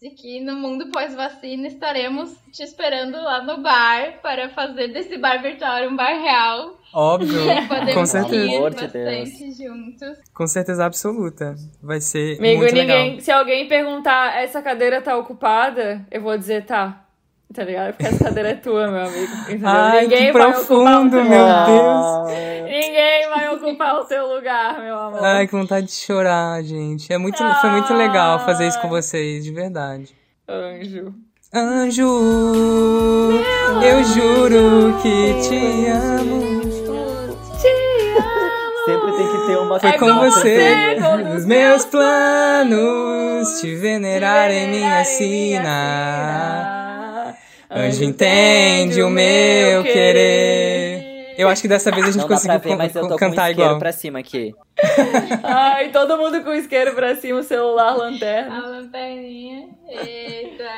B: de que no mundo pós-vacina estaremos te esperando lá no bar para fazer desse bar virtual um bar real.
D: Óbvio.
B: E podemos
D: Com certeza.
A: Pelo
B: rir
A: amor de
B: bastante juntos.
D: Com certeza absoluta. Vai ser
C: Amigo,
D: muito
C: ninguém.
D: legal.
C: Se alguém perguntar, essa cadeira tá ocupada, eu vou dizer tá. Tá ligado? Porque essa cadeira é tua, meu amigo. Entendeu?
D: Ai, que
C: ninguém vai ocupar o
D: profundo,
C: teu
D: meu
C: lugar.
D: Deus.
C: Ninguém vai ocupar o teu lugar, meu amor.
D: Ai, que vontade de chorar, gente. É muito, foi muito legal fazer isso com
C: Ai.
D: vocês, de verdade.
C: Anjo.
D: Anjo, eu juro que te amo.
A: Sempre tem que ter uma
D: Foi
C: É
D: com
C: com
D: você, né?
C: você, todos
D: nos meus
C: meus
D: planos, te venerar em minha sina.
C: sina.
D: Anjo entende o meu querer. Eu acho que dessa vez a gente
A: Não dá pra
D: conseguiu
A: ver,
D: con-
A: mas eu tô com um
D: cantar
A: isqueiro
D: igual.
A: pra cima aqui.
C: Ai, todo mundo com o isqueiro pra cima, o celular,
B: A
C: lanterna.
B: lanterninha. Eita.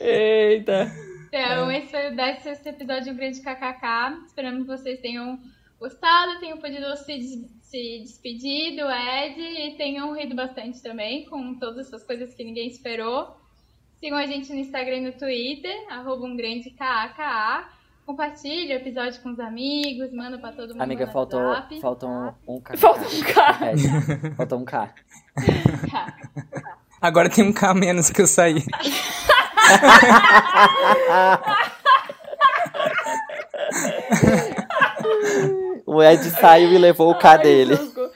C: Eita.
B: Então,
A: É.
B: esse foi o 16 episódio do Grande KKK. Esperamos que vocês tenham gostado, tenham podido se, des- se despedir do Ed e tenham rido bastante também com todas essas coisas que ninguém esperou. Sigam a gente no Instagram e no Twitter, arroba um grande KKK. Compartilhe o episódio com os amigos, manda pra todo mundo.
A: Amiga,
B: no
A: faltou,
B: WhatsApp.
A: faltou um, um K.
C: Falta um K.
A: É, faltou um K.
D: Agora tem um K a menos que eu saí.
A: O Ed saiu e levou o K dele.
C: socorro.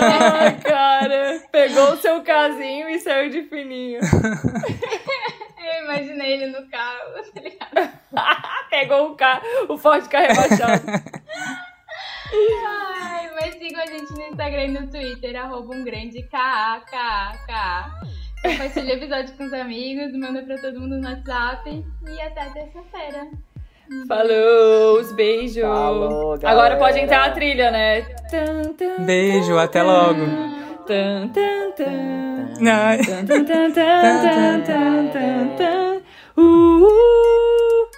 C: Ai, cara. Pegou o seu casinho e saiu de fininho.
B: Eu imaginei ele no carro. tá ligado?
C: Pegou o, ca... o Ford K rebaixado.
B: Ai, mas sigam a gente no Instagram e no Twitter, arroba um grande KAKAKA. Compartilha o episódio com os amigos, manda pra todo mundo no WhatsApp. E até terça-feira.
C: Falou, os beijos.
A: Falou, galera.
C: Agora pode entrar a trilha, né? Tan, tan,
D: Beijo, até logo.
C: tan, tan, tan.
D: Ai.
C: Tan, tan, tan, tan, tan, tan, tan. Uh, uh.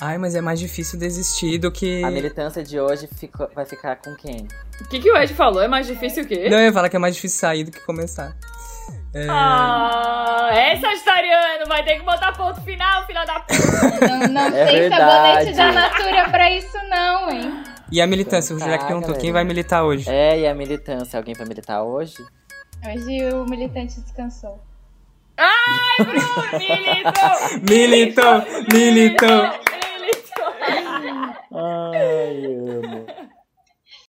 D: Ai, mas é mais difícil desistir do que.
A: A militância de hoje ficou- vai ficar com quem?
C: O que, que o Ed falou? É mais difícil o quê?
D: Não, eu ia falar que é mais difícil sair do que começar.
C: É. Ah, é sagitariano, vai ter que botar ponto final, filha da puta.
B: Não, não
A: É
B: tem
A: verdade.
B: sabonete da Natura pra isso não, hein?
D: E a militância? O
A: Tá,
D: Jurek perguntou:
A: galera.
D: quem vai militar hoje?
A: É, e a militância? Alguém vai militar hoje?
B: Hoje o militante descansou.
C: Milito!
D: Militou! Militou!